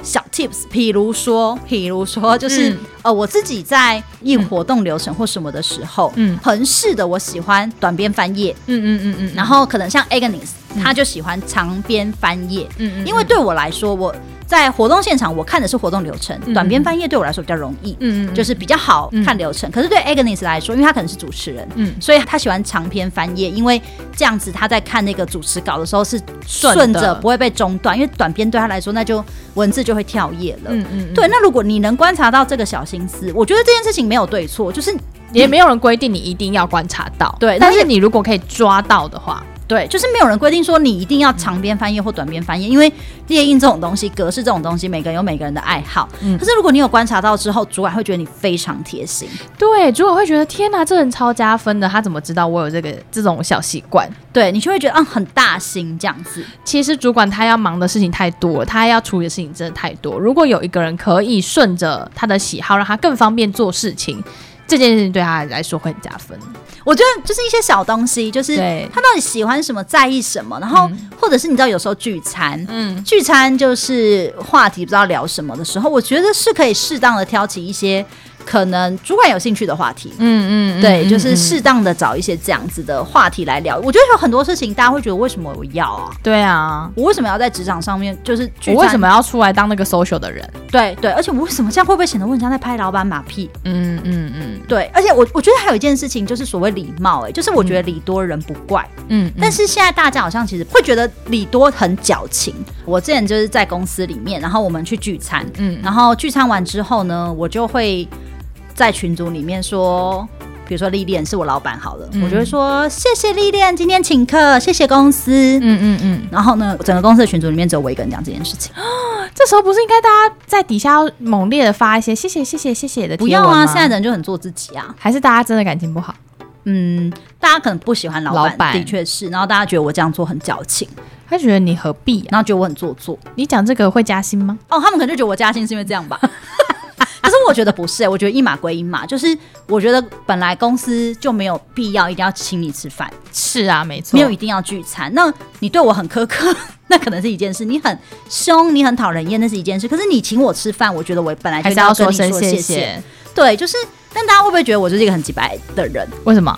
S1: 小 tips。比如说， 比如说，就是、
S2: 嗯
S1: 呃，我自己在一活动流程或什么的时候，
S2: 嗯
S1: 嗯，横式的我喜欢短边翻页，
S2: 嗯嗯嗯嗯，
S1: 然后可能像 Agnes，、他就喜欢长边翻页，
S2: 嗯嗯，
S1: 因为对我来说，我在活动现场我看的是活动流程，
S2: 嗯
S1: 短边翻页对我来说比较容易，
S2: 嗯嗯嗯
S1: 就是比较好
S2: 嗯
S1: 看流程。可是对 Agnes 来说，因为她可能是主持人，
S2: 嗯
S1: 所以她喜欢长篇翻页，因为这样子她在看那个主持稿的时候是顺
S2: 顺的
S1: 着，不会被中断。因为短篇对她来说，那就文字就会跳页了。
S2: 嗯嗯，
S1: 对，那如果你能观察到这个小心思，我觉得这件事情没有对错，就是
S2: 也没有人规定你一定要观察到，
S1: 对
S2: 但
S1: 但
S2: 是你如果可以抓到的话，
S1: 对，就是没有人规定说你一定要长边翻页或短边翻页，因为列印这种东西、格式这种东西，每个人有每个人的爱好。
S2: 嗯
S1: 可是如果你有观察到之后，主管会觉得你非常贴心。
S2: 对，主管会觉得天哪，这人超加分的，他怎么知道我有这个这种小习惯？
S1: 对你就会觉得嗯很大心这样子，
S2: 其实主管他要忙的事情太多了，他要处理的事情真的太多。如果有一个人可以顺着他的喜好，让他更方便做事情，这件事情对他来说会很加分。
S1: 我觉得就是一些小东西，就是
S2: 对
S1: 他到底喜欢什么，在意什么，然后、或者是你知道有时候聚餐，
S2: 嗯，
S1: 聚餐就是话题不知道聊什么的时候，我觉得是可以适当的挑起一些可能主管有兴趣的话题。
S2: 嗯
S1: 对，就是适当的找一些这样子的话题来聊。我觉得有很多事情，大家会觉得为什么我要啊？
S2: 对啊。
S1: 我为什么要在职场上面就是聚
S2: 我
S1: 餐？
S2: 为什么要出来当那个 social 的人？
S1: 对对，而且我为什么这样会不会显得我很像在拍老板马屁？
S2: 嗯嗯嗯
S1: 对，而且我我觉得还有一件事情就是所谓礼貌、欸，就是我觉得礼多人不怪，
S2: 嗯，
S1: 但是现在大家好像其实会觉得礼多很矫情。我之前就是在公司里面，然后我们去聚餐，
S2: 嗯
S1: 然后聚餐完之后呢，我就会在群组里面说。比如说历练是我老板好了，
S2: 嗯
S1: 我就会说谢谢历练今天请客，谢谢公司。
S2: 嗯嗯嗯，
S1: 然后呢，整个公司的群组里面只有我一个人讲这件事情。
S2: 啊这时候不是应该大家在底下要猛烈的发一些谢谢谢谢谢谢的
S1: 不
S2: 贴
S1: 要
S2: 文
S1: 啊，
S2: 吗
S1: 现在人就很做自己啊。
S2: 还是大家真的感情不好？
S1: 嗯，大家可能不喜欢老板，
S2: 老板
S1: 的确是。然后大家觉得我这样做很矫情，
S2: 他觉得你何必啊？
S1: 然后觉得我很做作。
S2: 你讲这个会加薪吗？
S1: 哦，他们可能就觉得我加薪是因为这样吧。 可是我觉得不是、欸，我觉得一码归一码，就是我觉得本来公司就没有必要一定要请你吃饭，
S2: 是啊，没错，
S1: 没有一定要聚餐。那你对我很苛刻， 那可能是一件事；你很凶，你很讨人厌，那是一件事。可是你请我吃饭，我觉得我本来就
S2: 还
S1: 应
S2: 是
S1: 该
S2: 要
S1: 跟
S2: 说
S1: 你说
S2: 声谢
S1: 谢。对，就是，但大家会不会觉得我就是一个很直白的人？
S2: 为什么？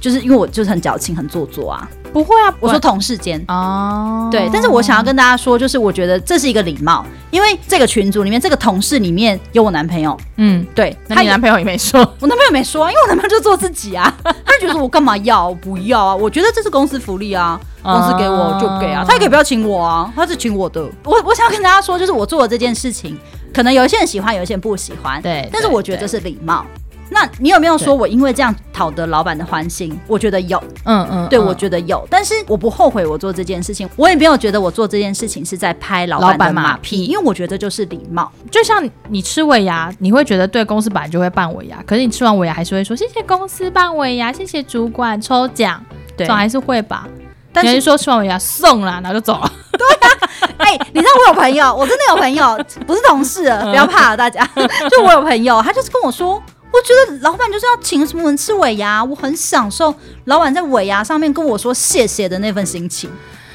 S1: 就是因为我就是很矫情、很做作啊。
S2: 不会啊，
S1: 我说同事间，
S2: 哦，
S1: 对，但是我想要跟大家说，就是我觉得这是一个礼貌，因为这个群组里面，这个同事里面有我男朋友，
S2: 嗯，
S1: 对，
S2: 那
S1: 他
S2: 你
S1: 也
S2: 男朋友也 没说，
S1: 我男朋友没说啊，因为我男朋友就做自己啊， 他就觉得我干嘛要，我不要啊，我觉得这是公司福利啊，公司给我就给啊
S2: 哦，
S1: 他也可以不要请我啊，他是请我的，我我想要跟大家说，就是我做的这件事情，可能有一些人喜欢，有一些人不喜欢，
S2: 对
S1: 但是
S2: 对
S1: 我觉得
S2: 对
S1: 这是礼貌。那你有没有
S2: 对
S1: 说我因为这样讨得老板的欢心？我觉得有，
S2: 嗯嗯，
S1: 对，
S2: 嗯
S1: 我觉得有，但是我不后悔我做这件事情，我也没有觉得我做这件事情是在拍老
S2: 老
S1: 板
S2: 板
S1: 的
S2: 马
S1: 马屁，因为我觉得就是礼貌。
S2: 就像你吃尾牙，你会觉得对公司本来就会办尾牙，可是你吃完尾牙还是会说谢谢公司办尾牙，谢谢主管抽奖，
S1: 对
S2: 总还是会吧。
S1: 但
S2: 你还
S1: 是，
S2: 说吃完尾牙送啦，然后就走了。
S1: 哎、你知道我有朋友，我真的有朋 友，不是同事
S2: 嗯
S1: 了，不要怕了大家。 就我有朋友，他就是跟我说，我觉得老板就是要请什么人吃尾牙，我很享受老板在尾牙上面跟我说谢谢的那份心情。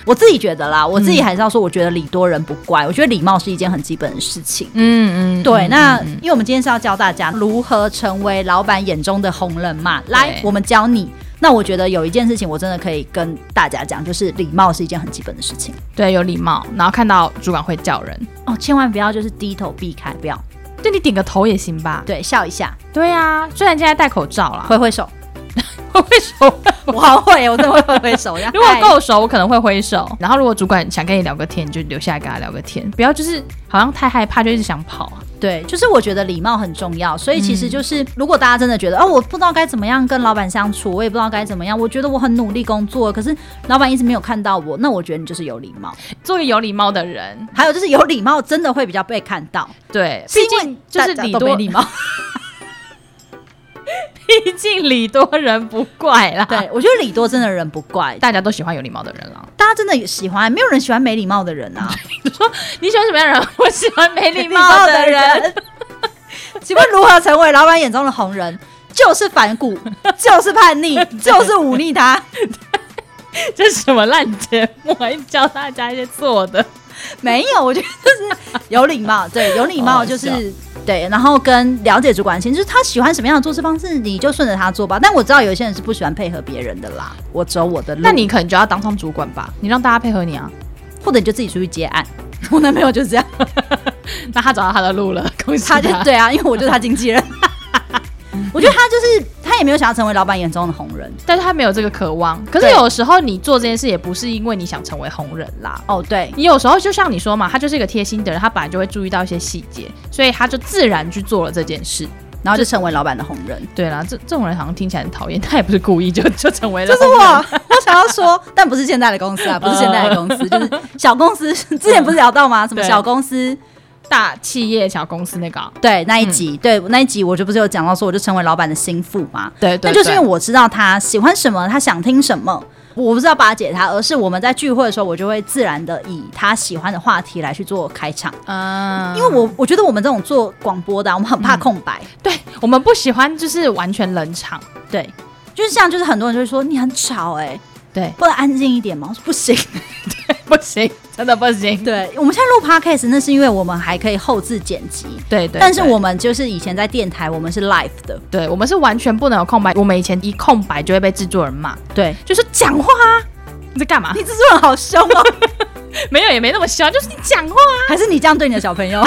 S1: 我自己觉得啦，我
S2: 嗯
S1: 自己还是要说，我觉得礼多人不怪，我觉得礼貌是一件很基本的事情。
S2: 嗯嗯，
S1: 对，那因为我们今天是要教大家如何成为老板眼中的红人嘛，来
S2: 对，
S1: 我们教你。那我觉得有一件事情，我真的可以跟大家讲，就是礼貌是一件很基本的事情
S2: 对有礼貌，然后看到主管会叫人，
S1: 哦，千万不要就是低头避开，不要
S2: 对你点个头也行吧。
S1: 对笑一下，
S2: 对啊，虽然现在戴口罩啦，
S1: 挥挥手，
S2: 会挥 手。
S1: 我好会，哦我真的会挥挥 手。
S2: 如果够熟，我可能会挥手。 然后如果主管想跟你聊个天，你就留下来跟他聊个天，不要就是好像太害怕，就一直想跑。啊
S1: 对，就是我觉得礼貌很重要，所以其
S2: 嗯
S1: 实就是，如果大家真的觉得哦，我不知道该怎么样跟老板相处，我也不知道该怎么样，我觉得我很努力工作，可是老板一直没有看到我，那我觉得你就是有礼貌。
S2: 做一个有礼貌的人，
S1: 还有就是有礼貌真的会比较被看到，
S2: 对，
S1: 是
S2: 毕
S1: 因为
S2: 竟就是
S1: 大家
S2: 礼
S1: 都没
S2: 多，
S1: 礼 貌。
S2: 毕竟礼多人不怪啦。
S1: 对，我觉得礼多真的人不怪，
S2: 大家都喜欢有礼貌的人啊啦。
S1: 大家真的喜欢，没有人喜欢没礼貌的人啊。
S2: 你喜欢什么样的人？我喜欢没礼貌的 人。，
S1: 请问如何成为老板眼中的红人？ 就是反骨， 就是叛逆，就是忤逆他。
S2: 这是什么烂节目？还教大家一些错的。
S1: 没有，我觉得就是有礼 貌，对，有礼
S2: 好
S1: 貌
S2: 好
S1: 就是
S2: 笑
S1: 对，然后跟了解主管型，就是他喜欢什么样的做事方式，你就顺着他做吧。但我知道有些人是不喜欢配合别人的啦，我走我的路。
S2: 那你可能就要当上主管吧？你让大家配合你啊。
S1: 或者你就自己出去接案。 我男朋友就是这 样，
S2: 那他找到他的路了， 恭喜
S1: 他
S2: 他。
S1: 就对啊，因为我就是他经 纪人。我觉得他就是他也没有想要成为老板眼中的红人
S2: 但是他没有这个渴望。可是
S1: 对
S2: 有时候你做这件事也不是因为你想成为红人啦。
S1: 哦，对，
S2: 你有时候就像你说嘛，他就是一个贴心的人，他本来就会注意到一些细节，所以他就自然去做了这件事。
S1: 然后就成为老板的红人。
S2: 对啦，这这种人好像听起来很讨厌，他也不是故意就 就成为了
S1: 就是
S2: 红人。
S1: 我，我想要 说，但不是现在的公司
S2: 呃
S1: 啊，不是现在的公司， 就是小公 司。之前不是聊到吗？什么
S2: 对
S1: 小公司？
S2: 大企业小公司那个啊、
S1: 对那一集，对那一集我就不是有讲到说，我就成为老板的心腹嘛。
S2: 对对
S1: 那就是因为我知道他喜欢什么，他想听什么，我不是要巴结他，而是我们在聚会的时候，我就会自然的以他喜欢的话题来去做开场。
S2: 嗯，
S1: 因为我我觉得我们这种做广播的啊、我们很怕空白，
S2: 对我们不喜欢就是完全冷场，
S1: 对，就是像就是很多人就会说你很吵哎、欸，
S2: 对，
S1: 不能安静一点吗？我说不行，
S2: 不行，真的不行。
S1: 对我们现在录 podcast，那是因为我们还可以后置剪辑，
S2: 对对，
S1: 但是
S2: 对
S1: 我们就是以前在电台，我们是 live 的，
S2: 对我们是完全不能有空白，我们以前一空白就会被制作人骂，
S1: 对，
S2: 就是讲话啊，你在干 嘛？
S1: 你制作人好凶哦，
S2: 没有也没那么凶，啊就是你讲话。
S1: 还是你这样对你的小朋友？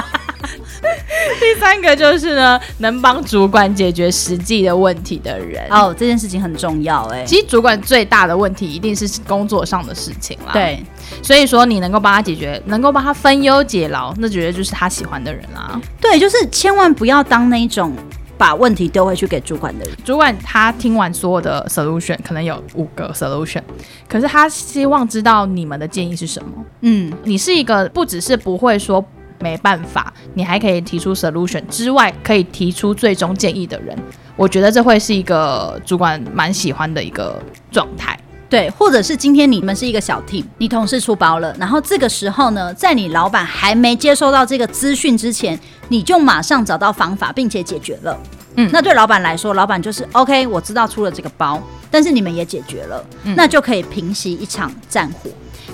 S2: 第三个就是呢，能帮主管解决实际的问题的人。
S1: 哦，这件事情很重要 哎、
S2: 其实主管最大的问题一定是工作上的事情啦，，
S1: 对，
S2: 所以说你能够帮他解决，能够帮他分忧解劳，那绝对就是他喜欢的人啦。
S1: 对，就是千万不要当那一种把问题丢回去给主管的人。
S2: 主管他听完所有的 solution，可能有五个 solution，可是他希望知道你们的建议是什么。
S1: 嗯，
S2: 你是一个不只是不会说没办法，你还可以提出 solution 之外，可以提出最终建议的人。我觉得这会是一个主管蛮喜欢的一个状态。
S1: 对，或者是今天你们是一个小 team，你同事出包了，然后这个时候呢，在你老板还没接收到这个资讯之前，你就马上找到方法，并且解决了。
S2: 嗯
S1: 那对老板来说，老板就是 OK，我知道出了这个包，但是你们也解决了，
S2: 嗯
S1: 那就可以平息一场战火。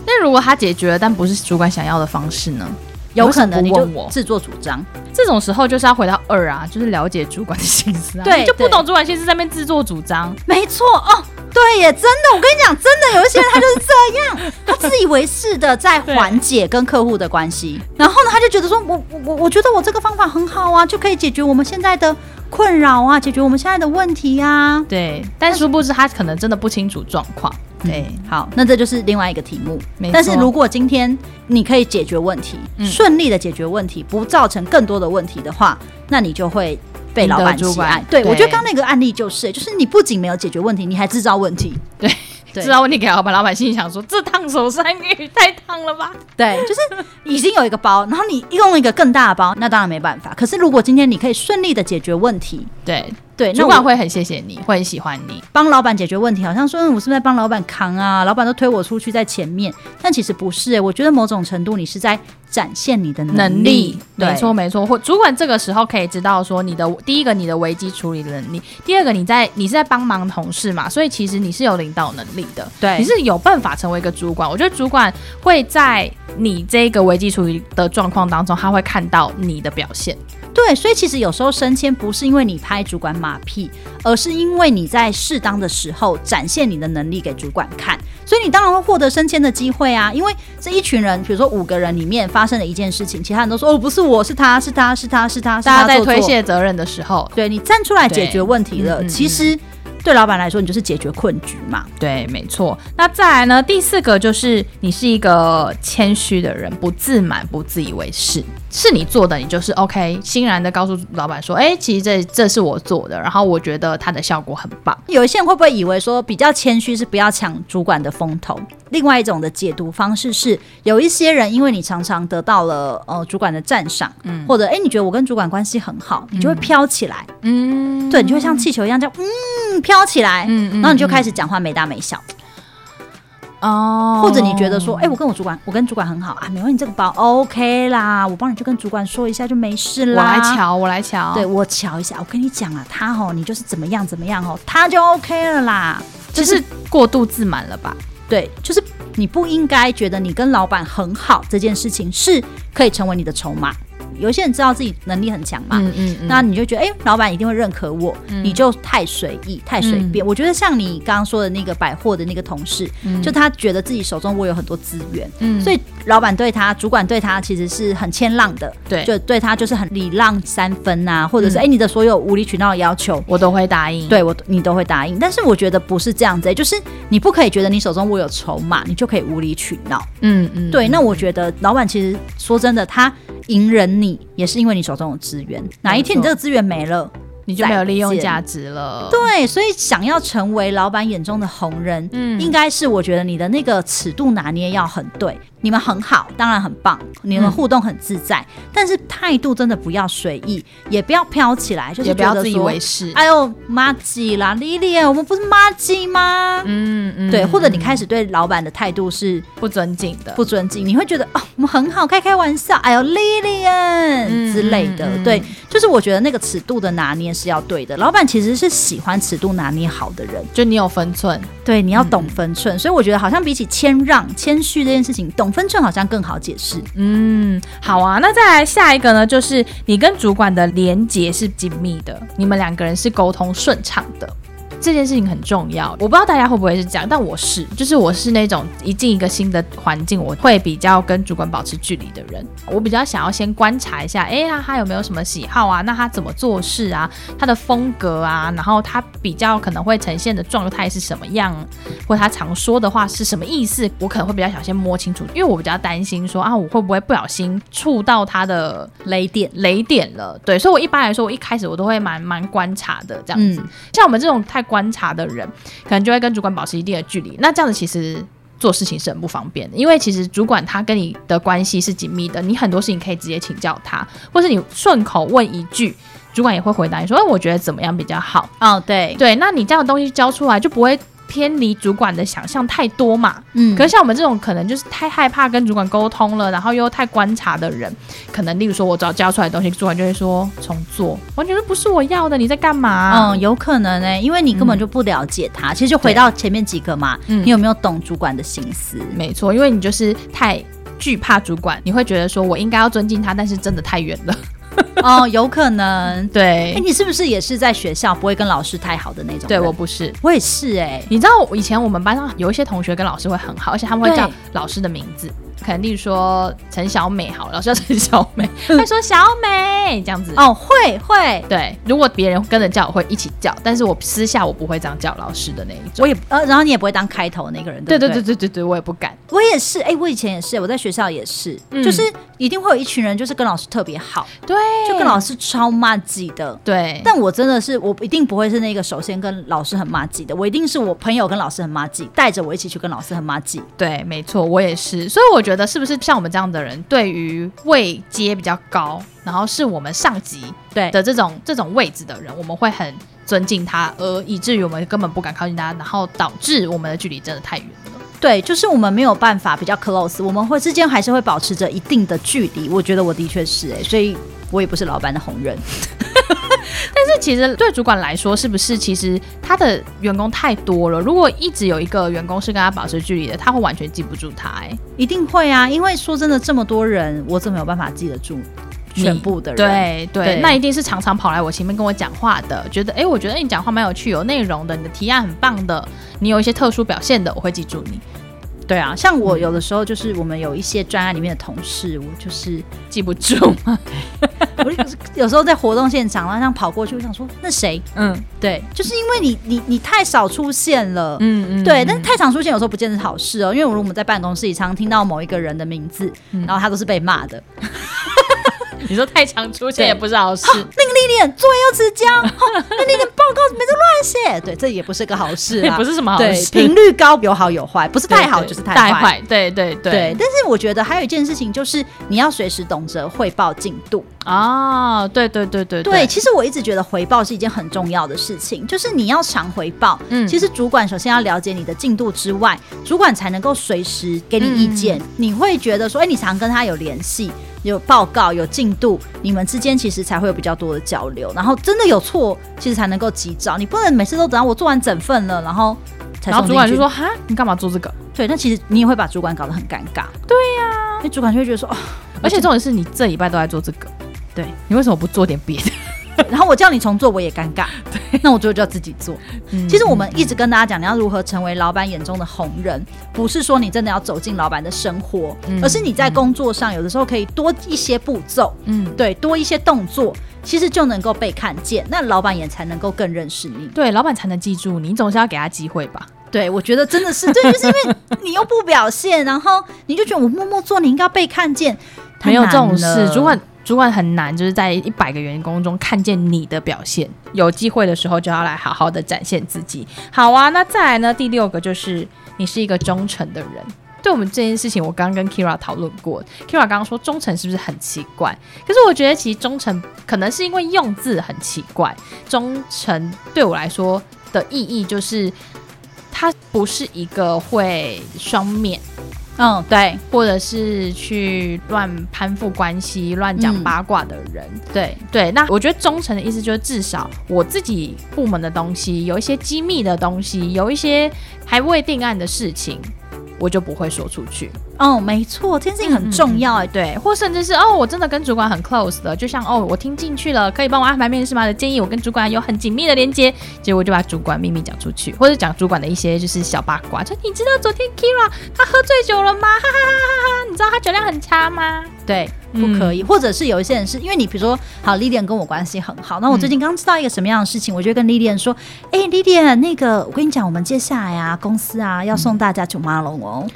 S2: 那如果他解决了，但不是主管想要的方式呢？
S1: 有可能
S2: 你
S1: 你
S2: 为
S1: 就
S2: 什么不问我
S1: 自作主张，
S2: 这种时候就是要回到二啊，就是了解主管的心思啊。
S1: 对
S2: 你就不
S1: 对
S2: 懂主管心思在那边自作主张。
S1: 没错哦，对耶，真的，我跟你讲，真的有一些人他就是这 样，他自以为是的在缓解跟客户的关系，然后呢，他就觉得说我我我我觉得我这个方法很好啊，就可以解决我们现在的困扰啊，解决我们现在的问题啊。
S2: 对，但殊不知他可能真的不清楚状况。
S1: 嗯
S2: 对，
S1: 好，那这就是另外一个题目
S2: 没。
S1: 但是
S2: 错
S1: 如果今天你可以解决问题，
S2: 嗯
S1: 顺利的解决问题，不造成更多的问题的话，那你就会被
S2: 赢
S1: 老
S2: 得
S1: 板
S2: 主
S1: 喜
S2: 管
S1: 爱。对，我觉
S2: 对
S1: 得刚刚那个案例就是，就是你不仅没有解决问题，你还制造问题。对
S2: 知道问题给老板，老板心里想说：这烫手山芋太烫了吧？
S1: 对，就是已经有一个包，然后你用一个更大的包，那当然没办法。可是如果今天你可以顺利的解决问题，
S2: 对，
S1: 对，那
S2: 主管
S1: 我
S2: 会很谢谢你，会很喜欢你。
S1: 帮老板解决问题，好像说嗯我是不是在帮老板扛啊？老板都推我出去在前面，但其实不是、欸。我觉得某种程度你是在展现你的
S2: 能
S1: 力
S2: 嗯力，，没错没错。或主管这个时候可以知道说你的第一个你的危机处理能力，第二个你在你是在帮忙同事嘛，所以其实你是有领导能力的，
S1: 对
S2: 你是有办法成为一个主管。我觉得主管会在你这个危机处理的状况当中，他会看到你的表现。
S1: 对。所以其实有时候升迁不是因为你拍主管马屁，而是因为你在适当的时候展现你的能力给主管看，所以你当然会获得升迁的机会啊。因为这一群人，比如说五个人里面发生了一件事情，其他人都说哦不是我是他是他是他是他，是他
S2: 大家在
S1: 做错
S2: 推卸责任的时候，
S1: 对你站出来解决问题了，
S2: 对嗯嗯
S1: 其实对老板来说，你就是解决困局嘛。
S2: 对，没错。那再来呢？第四个就是你是一个谦虚的人，不自满，不自以为是，是你做的，你就是 OK，欣然的告诉老板说，哎，其实这这是我做的，然后我觉得它的效果很棒。
S1: 有一些人会不会以为说比较谦虚是不要抢主管的风头？另外一种的解读方式是，有一些人因为你常常得到了呃主管的赞赏，嗯，或者哎、诶你觉得我跟主管关系很好，你就会飘起来，
S2: 嗯，
S1: 对，你就会像气球一样这样嗯飘起来，
S2: 嗯嗯
S1: 然后你就开始讲话没大没小，
S2: 哦
S1: 或者你觉得说，哎、我跟我主管，我跟主管很好啊，没问题，这个包 OK 啦，我帮你去跟主管说一下就没事
S2: 我
S1: 啦，
S2: 来瞧，我来瞧，
S1: 对我瞧一下，我跟你讲啊，他吼，你就是怎么样怎么样吼，他就 OK 了啦。
S2: 这是过度自满了吧？
S1: 对，就是你不应该觉得你跟老板很好这件事情是可以成为你的筹码。有些人知道自己能力很强嘛，
S2: 嗯
S1: 那你就觉得哎、老板一定会认可我，你就太随意、太随
S2: 嗯
S1: 便。我觉得像你刚刚说的那个百货的那个同事，就他觉得自己手中握有很多资源，
S2: 嗯
S1: 所以老板对他、主管对他其实是很谦让的，
S2: 对
S1: 就对他就是很礼让三分呐、或者是
S2: 嗯
S1: 哎、你的所有无理取闹的要求，
S2: 我都会答应。
S1: 对我你都会答应。但是我觉得不是这样子、欸，就是你不可以觉得你手中握有筹码，你就可以无理取闹。
S2: 嗯嗯，
S1: 对，那我觉得老板其实说真的，他隐忍你也是因为你手中有资源，哪一天你这个资源没了。
S2: 你就没有利用
S1: 再见
S2: 价值了。
S1: 对，所以想要成为老板眼中的红人，
S2: 嗯
S1: 应该是我觉得你的那个尺度拿捏要很对。你们很好，当然很棒，你们
S2: 嗯
S1: 互动很自在，但是态度真的不要随意，也不要飘起来，就是
S2: 也不要
S1: 觉得
S2: 自以
S1: 说
S2: 为是。
S1: 哎呦，妈鸡啦，莉莉，我们不是妈鸡吗？
S2: 嗯嗯
S1: 对，或者你
S2: 嗯
S1: 开始对老板的态度是
S2: 不尊敬的，
S1: 不尊敬，你会觉得哦，我们很好，开开玩笑，哎呦，Lilian、
S2: 嗯
S1: 之类的，
S2: 嗯嗯
S1: 对，就是我觉得那个尺度的拿捏是要对的。老板其实是喜欢尺度拿捏好的人，
S2: 就你有分寸。
S1: 对，你要懂分
S2: 嗯
S1: 寸。所以我觉得好像比起谦让、谦虚这件事情，懂分寸好像更好解释。
S2: 嗯，好啊。那再来下一个呢，就是你跟主管的连接是紧密的，你们两个人是沟通顺畅的。这件事情很重要，我不知道大家会不会是这样，但我是，就是我是那种一进一个新的环境，我会比较跟主管保持距离的人。我比较想要先观察一下，哎，那他有没有什么喜好啊？那他怎么做事啊？他的风格啊？然后他比较可能会呈现的状态是什么样？或他常说的话是什么意思，我可能会比较想先摸清楚，因为我比较担心说啊，我会不会不小心触到他的
S1: 雷点，
S2: 雷点了？对，所以我一般来说，我一开始我都会蛮蛮观察的这样子。
S1: 嗯
S2: 像我们这种太观察的人，可能就会跟主管保持一定的距离。那这样子其实。做事情是很不方便的，因为其实主管他跟你的关系是紧密的，你很多事情可以直接请教他，或是你顺口问一句，主管也会回答你说：“哎，我觉得怎么样比较好。”
S1: 哦，对，
S2: 对，那你这样的东西交出来就不会偏离主管的想象太多嘛。
S1: 嗯，
S2: 可是像我们这种可能就是太害怕跟主管沟通了，然后又太观察的人，可能例如说我只要交出来的东西，主管就会说重做，完全就不是我要的，你在干嘛、
S1: 嗯，有可能呢、因为你根本就不了解他。其实就回到前面几个嘛，
S2: 嗯
S1: 你有没有懂主管的心思？
S2: 没错，因为你就是太惧怕主管，你会觉得说我应该要尊敬他，但是真的太远了。
S1: 哦，有可能。哎、
S2: 对，
S1: 你是不是也是在学校不会跟老师太好的那种人？
S2: 对我不是。
S1: 我也是哎、
S2: 你知道以前我们班上有一些同学跟老师会很好，而且他们会叫
S1: 对
S2: 老师的名字，可能例如说陈小美好了，老师叫陈小 美，会说小美这样子。
S1: 哦，会会，
S2: 对，如果别人跟着叫，我会一起叫，但是我私下我不会这样叫老师的那一种。
S1: 我也呃，然后你也不会当开头那个人，
S2: 对
S1: 对
S2: 对
S1: 不
S2: 对
S1: 对
S2: 对对对，我也不敢。
S1: 我也是，哎、我以前也是，我在学校也是，
S2: 嗯
S1: 就是一定会有一群人，就是跟老师特别好，
S2: 对，
S1: 就跟老师超骂己的。
S2: 对，
S1: 但我真的是，我一定不会是那个首先跟老师很骂己的，我一定是我朋友跟老师很骂己，带着我一起去跟老师很骂己。
S2: 对，没错，我也是。所以我觉得是不是像我们这样的人，对于位阶比较高，然后是我们上级
S1: 对
S2: 的这种这种位置的人，我们会很尊敬他，而以至于我们根本不敢靠近他，然后导致我们的距离真的太远了。
S1: 对，就是我们没有办法比较 close，我们会之间还是会保持着一定的距离。我觉得我的确是、哎，所以我也不是老板的红人。
S2: 但是其实对主管来说，是不是其实他的员工太多了？如果一直有一个员工是跟他保持距离的，他会完全记不住他、欸。
S1: 一定会啊， 因为说真的，这么多人，我怎么有办法记得住全部的人？
S2: 对对
S1: 对
S2: 那一定是常常跑来我前面跟我讲话的，觉得哎、诶我觉得你讲话蛮有趣、有内容的，你的提案很棒的，你有一些特殊表现的，我会记住你。
S1: 对啊，像我有的时候就是我们有一些专案里面的同事，我就是
S2: 记不住，
S1: 我就是有时候在活动现场，然后这样跑过去，我想说那谁？
S2: 嗯
S1: 对，就是因为你 你你太少出现了。
S2: 嗯嗯，
S1: 对，但是太常出现有时候不见得是好事哦，因为我如果我们在办公室里常听到某一个人的名字，
S2: 嗯
S1: 然后他都是被骂的，
S2: 你说太常出现
S1: 对
S2: 也不是好事，
S1: 那个丽丽作业又迟 交，哦那丽丽报告每次乱写，对，这也不是个好事
S2: 也
S1: 啊。
S2: 不是什么好
S1: 对，
S2: 事，
S1: 频率高有好有坏，不是
S2: 对
S1: 太好
S2: 对
S1: 就是
S2: 太
S1: 坏。
S2: 坏，对对
S1: 对，但是我觉得还有一件事情就是你要随时懂得汇报进度。
S2: 哦，对对对对
S1: 对，，其实我一直觉得回报是一件很重要的事情，就是你要常回报。
S2: 嗯
S1: 其实主管首先要了解你的进度之外，主管才能够随时给你意
S2: 嗯
S1: 见。你会觉得说，哎，你常跟他有联系，有报告，有进度，你们之间其实才会有比较多的交流。然后真的有错，其实才能够及早。你不能每次都等到我做完整份了，然后才
S2: 然后
S1: 送
S2: 主管
S1: 进
S2: 就
S1: 去
S2: 说哈，你干嘛做这个？
S1: 对，但其实你也会把主管搞得很尴尬。对呀、因为主管就会觉得说，哦，
S2: 而且重点是你这礼拜都在做这个，对你为什么不做点别 的？
S1: 然后我叫你重做，我也尴 尬。那我就叫自己做。其实我们一直跟大家讲，你要如何成为老板眼中的红人，不是说你真的要走进老板的生活，
S2: 嗯
S1: 而是你在工作上有的时候可以多一些步骤，
S2: 嗯，
S1: 对，多一些动作，其实就能够被看见，那老板也才能够更认识你。
S2: 对，老板才能记住你，你总是要给他机会吧？
S1: 对，我觉得真的是，对，就是因 为你又不表现，然后你就觉得我默默做，你应该被看见。太
S2: 没有这种
S1: 难了
S2: 事，主管主管很难，就是在一百个员工中看见你的表现。有机会的时候就要来好好的展现自己。好啊，那再来呢？第六个就是你是一个忠诚的人。对我们这件事情，我刚刚跟 Kira 讨论过。Kira 刚刚说忠诚是不是很奇怪？可是我觉得其实忠诚可能是因为用字很奇怪。忠诚对我来说的意义就是，它不是一个会双面。
S1: 嗯，对
S2: 或者是去乱攀附关系、乱讲八卦的人。
S1: 对，
S2: 对，那我觉得忠诚的意思就是，至少我自己部门的东西，有一些机密的东西，有一些还未定案的事情。我就不会说出去，
S1: 哦，没错，这件事情
S2: 嗯
S1: 很重要哎、
S2: 对，或甚至是哦，我真的跟主管很 close 的，就像哦，我听进去了，可以帮我安排面试吗的建议，我跟主管有很紧密的连接，结果就把主管秘密讲出去，或者讲主管的一些就是小八卦，就你知道昨天 Kira 他喝醉酒了吗？哈哈哈哈哈哈，你知道他酒量很差吗？
S1: 对，不可以，或者是有一些人是因为你，比如说，好，Lilian 跟我关系很好，那我最近刚知道一个什么样的事情，我就会跟 Lilian 说，哎、l i l i a n 那个，我跟你讲，我们接下来啊，公司啊要送大家九马龙哦。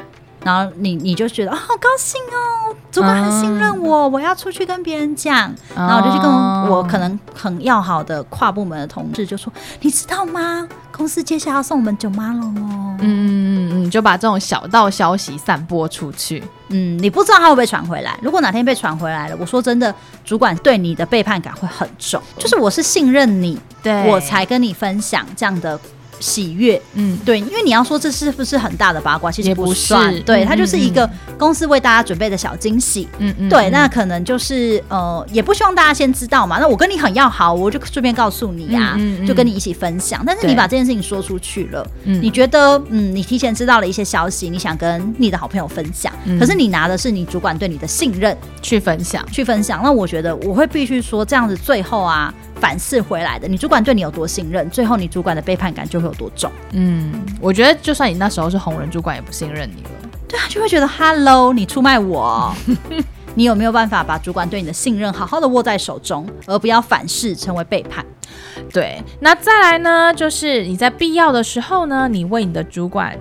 S1: 然后你你就觉得啊、好高兴哦，主管很信任我，我要出去跟别人讲，
S2: 嗯
S1: 然
S2: 啊
S1: 后我就去跟我
S2: 哦
S1: 我可能很要好的跨部门的同事就说，你知道吗？公司接下来要送我们九马龙哦。
S2: 嗯嗯嗯，就把这种小道消息散播出去。
S1: 嗯，你不知道他会不会传回来。如果哪天被传回来了，我说真的，主管对你的背叛感会很重。就是我是信任你，
S2: 对
S1: 我才跟你分享这样的喜悦。
S2: 嗯
S1: 对，因为你要说这是不是很大的八卦，其实
S2: 也不
S1: 算。
S2: 是
S1: 对，
S2: 嗯
S1: 它就是一
S2: 嗯
S1: 个公司为大家准备的小惊喜。
S2: 嗯嗯
S1: 对，那可能就是呃，也不希望大家先知道嘛。那我跟你很要好，我就顺便告诉你啊，
S2: 嗯嗯嗯
S1: 就跟你一起分享。但是
S2: 对
S1: 你把这件事情说出去了，
S2: 嗯
S1: 你觉得嗯，你提前知道了一些消息，你想跟你的好朋友分享，
S2: 嗯
S1: 可是你拿的是你主管对你的信任
S2: 去分享。
S1: 去分享。那我觉得我会必须说，这样子最后啊，反噬回来的，你主管对你有多信任，最后你主管的背叛感就会有多重。
S2: 嗯，我觉得就算你那时候是红人主管，也不信任你了。
S1: 对啊，就会觉得 Hello，你出卖我 哦。你有没有办法把主管对你的信任好好的握在手中，而不要反噬成为背叛？
S2: 对，那再来呢，就是你在必要的时候呢，你为你的主管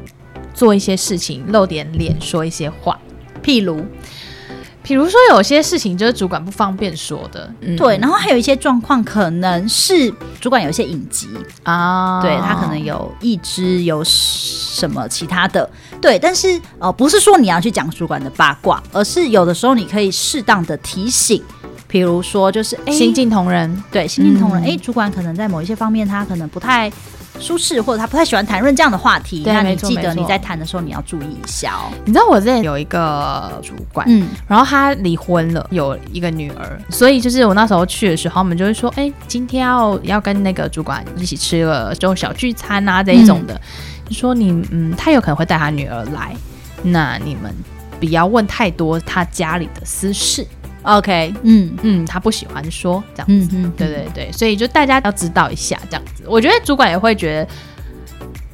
S2: 做一些事情，露点脸，说一些话。
S1: 譬如，
S2: 比如说有些事情就是主管不方便说的，嗯
S1: 对，然后还有一些状况可能是主管有一些隐疾，
S2: 啊，
S1: 对他可能有一只有什么其他的，对，但是呃，不是说你要去讲主管的八卦，而是有的时候你可以适当的提醒，比如说就是哎，
S2: 新进同仁，
S1: 对新进同仁，
S2: 嗯
S1: 哎、主管可能在某一些方面他可能不太。舒适，或者他不太喜欢谈论这样的话题，
S2: 对
S1: 那你
S2: 没错
S1: 记
S2: 没
S1: 得
S2: 错
S1: 你在谈的时候你要注意一下哦。
S2: 你知道我之前有一个主管，
S1: 嗯，
S2: 然后他离婚了，有一个女儿，所以就是我那时候去的时候，他们就会说，哎、今天要要跟那个主管一起吃个这种小聚餐啊这一种的，就说你嗯，他有可能会带他女儿来，那你们不要问太多他家里的私事，OK，
S1: 嗯
S2: 嗯，他不喜欢说这样子，
S1: 嗯嗯，
S2: 对对对，所以就大家要知道一下这样子，我觉得主管也会觉得。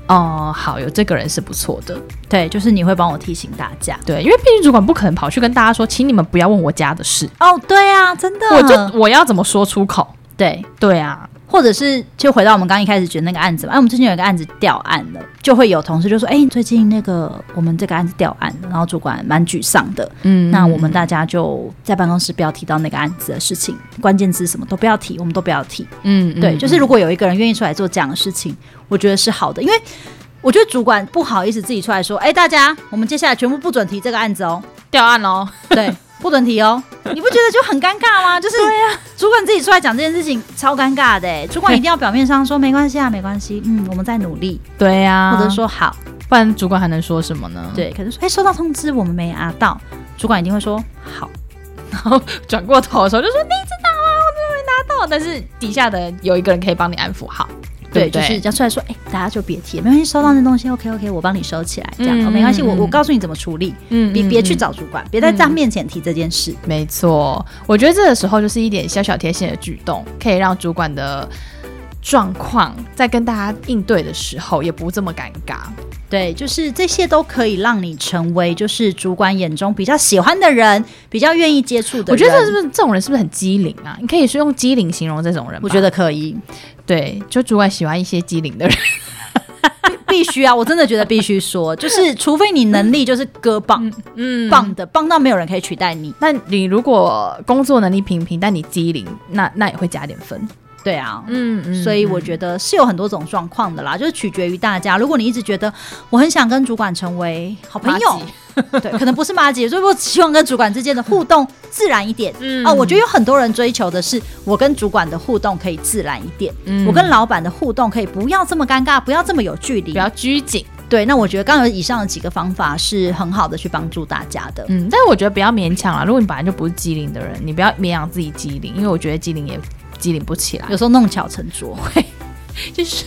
S2: 哦、好，有这个人是不错的。
S1: 对，就是你会帮我提醒大家。
S2: 对，因为毕竟主管不可能跑去跟大家说，请你们不要问我家的事，
S1: 哦，对啊，真的，
S2: 我就我要怎么说出口？
S1: 对，
S2: 对啊，
S1: 或者是就回到我们刚一开始举的那个案子嘛，哎、我们最近有一个案子掉案了，就会有同事就说，哎、最近那个我们这个案子掉案了，然后主管蛮沮丧的，
S2: 嗯
S1: 那我们大家就在办公室不要提到那个案子的事情，关键字什么都不要提，我们都不要提。
S2: 嗯
S1: 对，就是如果有一个人愿意出来做这样的事情，我觉得是好的，因为我觉得主管不好意思自己出来说，哎、大家，我们接下来全部不准提这个案子哦，
S2: 掉案喽。
S1: 对，不准提哦。你不觉得就很尴尬吗？就是主管自己出来讲这件事情，超尴尬的欸。主管一定要表面上说没关系啊，没关系，嗯，我们在努力，
S2: 对啊呀、
S1: 或者，说好，
S2: 不然主管还能说什么呢？，
S1: 对。可是说，哎、收到通知我们没拿到，主管一定会说好，
S2: 转过头的时候就说你知道啊，我怎么没拿到？但是底下的有一个人可以帮你安抚好，
S1: 对，
S2: 对不
S1: 就是要出来说，哎、大家就别提了，没关系，收到那东西，OK OK，我帮你收起来，这样、
S2: 嗯
S1: 哦没关系，我
S2: 嗯
S1: 我告诉你怎么处理，
S2: 嗯
S1: 别
S2: 嗯
S1: 别去
S2: 嗯
S1: 找主管，别在他面前提这件事。
S2: 没错，我觉得这个时候就是一点小小贴心的举动，可以让主管的状况在跟大家应对的时候也不这么尴尬。
S1: 对，就是这些都可以让你成为就是主管眼中比较喜欢的人，比较愿意接触的人。
S2: 我觉得这是不是这种人是不是很机灵啊？你可以是用机灵形容这种人吧。
S1: 我觉得可 以，
S2: 对，就主管喜欢一些机灵的人。
S1: 必须啊！我真的觉得必须说，就是除非你能力就是割棒，
S2: 嗯
S1: 棒的棒到没有人可以取代你。
S2: 那你如果工作能力平平，但你机灵，那那也会加点分。
S1: 对啊。
S2: 嗯嗯
S1: 所以我觉得是有很多种状况的啦，就是取决于大家。如果你一直觉得我很想跟主管成为好朋友，对，可能不是马姐，所以我希望跟主管之间的互动自然一点。
S2: 嗯
S1: 啊，我觉得有很多人追求的是我跟主管的互动可以自然一点，
S2: 嗯
S1: 我跟老板的互动可以不要这么尴尬，不要这么有距离
S2: 比。较拘谨。
S1: 对，那我觉得刚刚有以上的几个方法是很好的去帮助大家的。
S2: 嗯，但是我觉得不要勉强啊啦。如果你本来就不是机灵的人，你不要勉强自己机灵，因为我觉得机灵也机灵不起来。
S1: 有时候弄巧成拙，
S2: 就是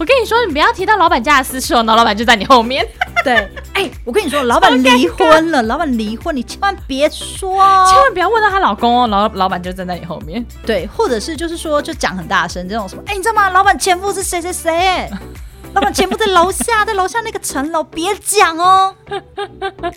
S2: 我跟你说，你不要提到老板家的私事哦，那老板就在你后面，
S1: 对，哎、我跟你说，老板离婚了，老板离婚，你千万别说
S2: 千
S1: 哦。
S2: 万不要问到她老公哦，老老板就站在你后面。
S1: 对，或者是就是说，就讲很大声这种什么，哎、你知道吗？老板前夫是谁谁谁， 老板前夫在楼下，在楼下那个层楼，别讲哦。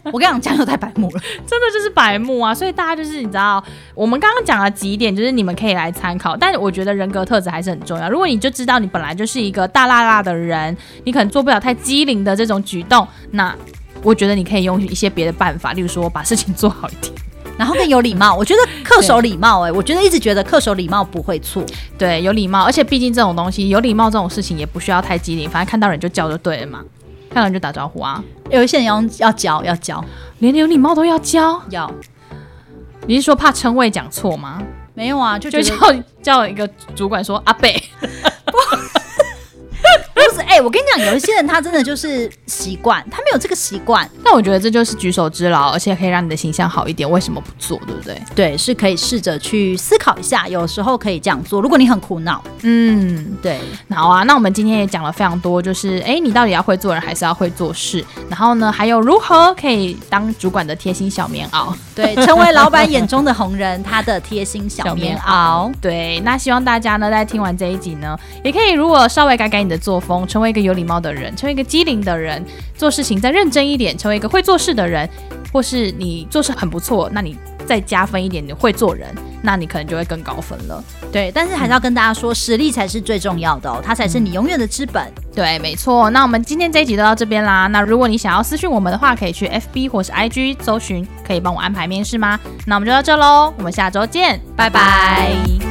S1: 我跟你讲，讲又太白目了。
S2: 真的就是白目啊！所以大家就是你知道，我们刚刚讲了几点，就是你们可以来参考。但我觉得人格特质还是很重要。如果你就知道你本来就是一个大辣辣的人，你可能做不了太机灵的这种举动，那我觉得你可以用一些别的办法，例如说把事情做好一点。
S1: 然后更有礼貌，我觉得恪守礼貌、哎，我觉得一直觉得恪守礼貌不会错。
S2: 对，有礼貌，而且毕竟这种东西，有礼貌这种事情也不需要太机灵，反正看到人就叫就对了嘛，看到人就打招呼啊，
S1: 有一些人要要教，要教，
S2: 连有礼貌都要教。
S1: 要
S2: 你是说怕称谓讲错吗？
S1: 没有啊？就觉
S2: 就
S1: 得
S2: 叫叫一个主管说阿贝，
S1: 不是，哎、我跟你讲，有一些人他真的就是习惯，他没有这个习惯，
S2: 但我觉得这就是举手之劳，而且可以让你的形象好一点。为什么不做，对不对？
S1: 对，是可以试着去思考一下，有时候可以这样做。如果你很苦恼，
S2: 嗯，
S1: 对，
S2: 好啊。那我们今天也讲了非常多，就是诶，你到底要会做人，还是要会做事？然后呢，还有如何可以当主管的贴心小棉袄？
S1: 对，成为老板眼中的红人，他的贴心小棉袄。
S2: 对，那希望大家呢，在听完这一集呢，也可以如果稍微改改你的作风，成为一个有礼貌的人，成为一个机灵的人，做事情再认真一点，成为一个会做事的人，或是你做事很不错，那你再加分一点，你会做人，那你可能就会更高分了。
S1: 对，但是还是要跟大家说，实力才是最重要的哦，它才是你永远的资本。
S2: 对，没错。那我们今天这一集就到这边啦。那如果你想要私讯我们的话，可以去 FB 或是 IG 搜寻，可以帮我安排面试吗？那我们就到这喽，我们下周见，拜拜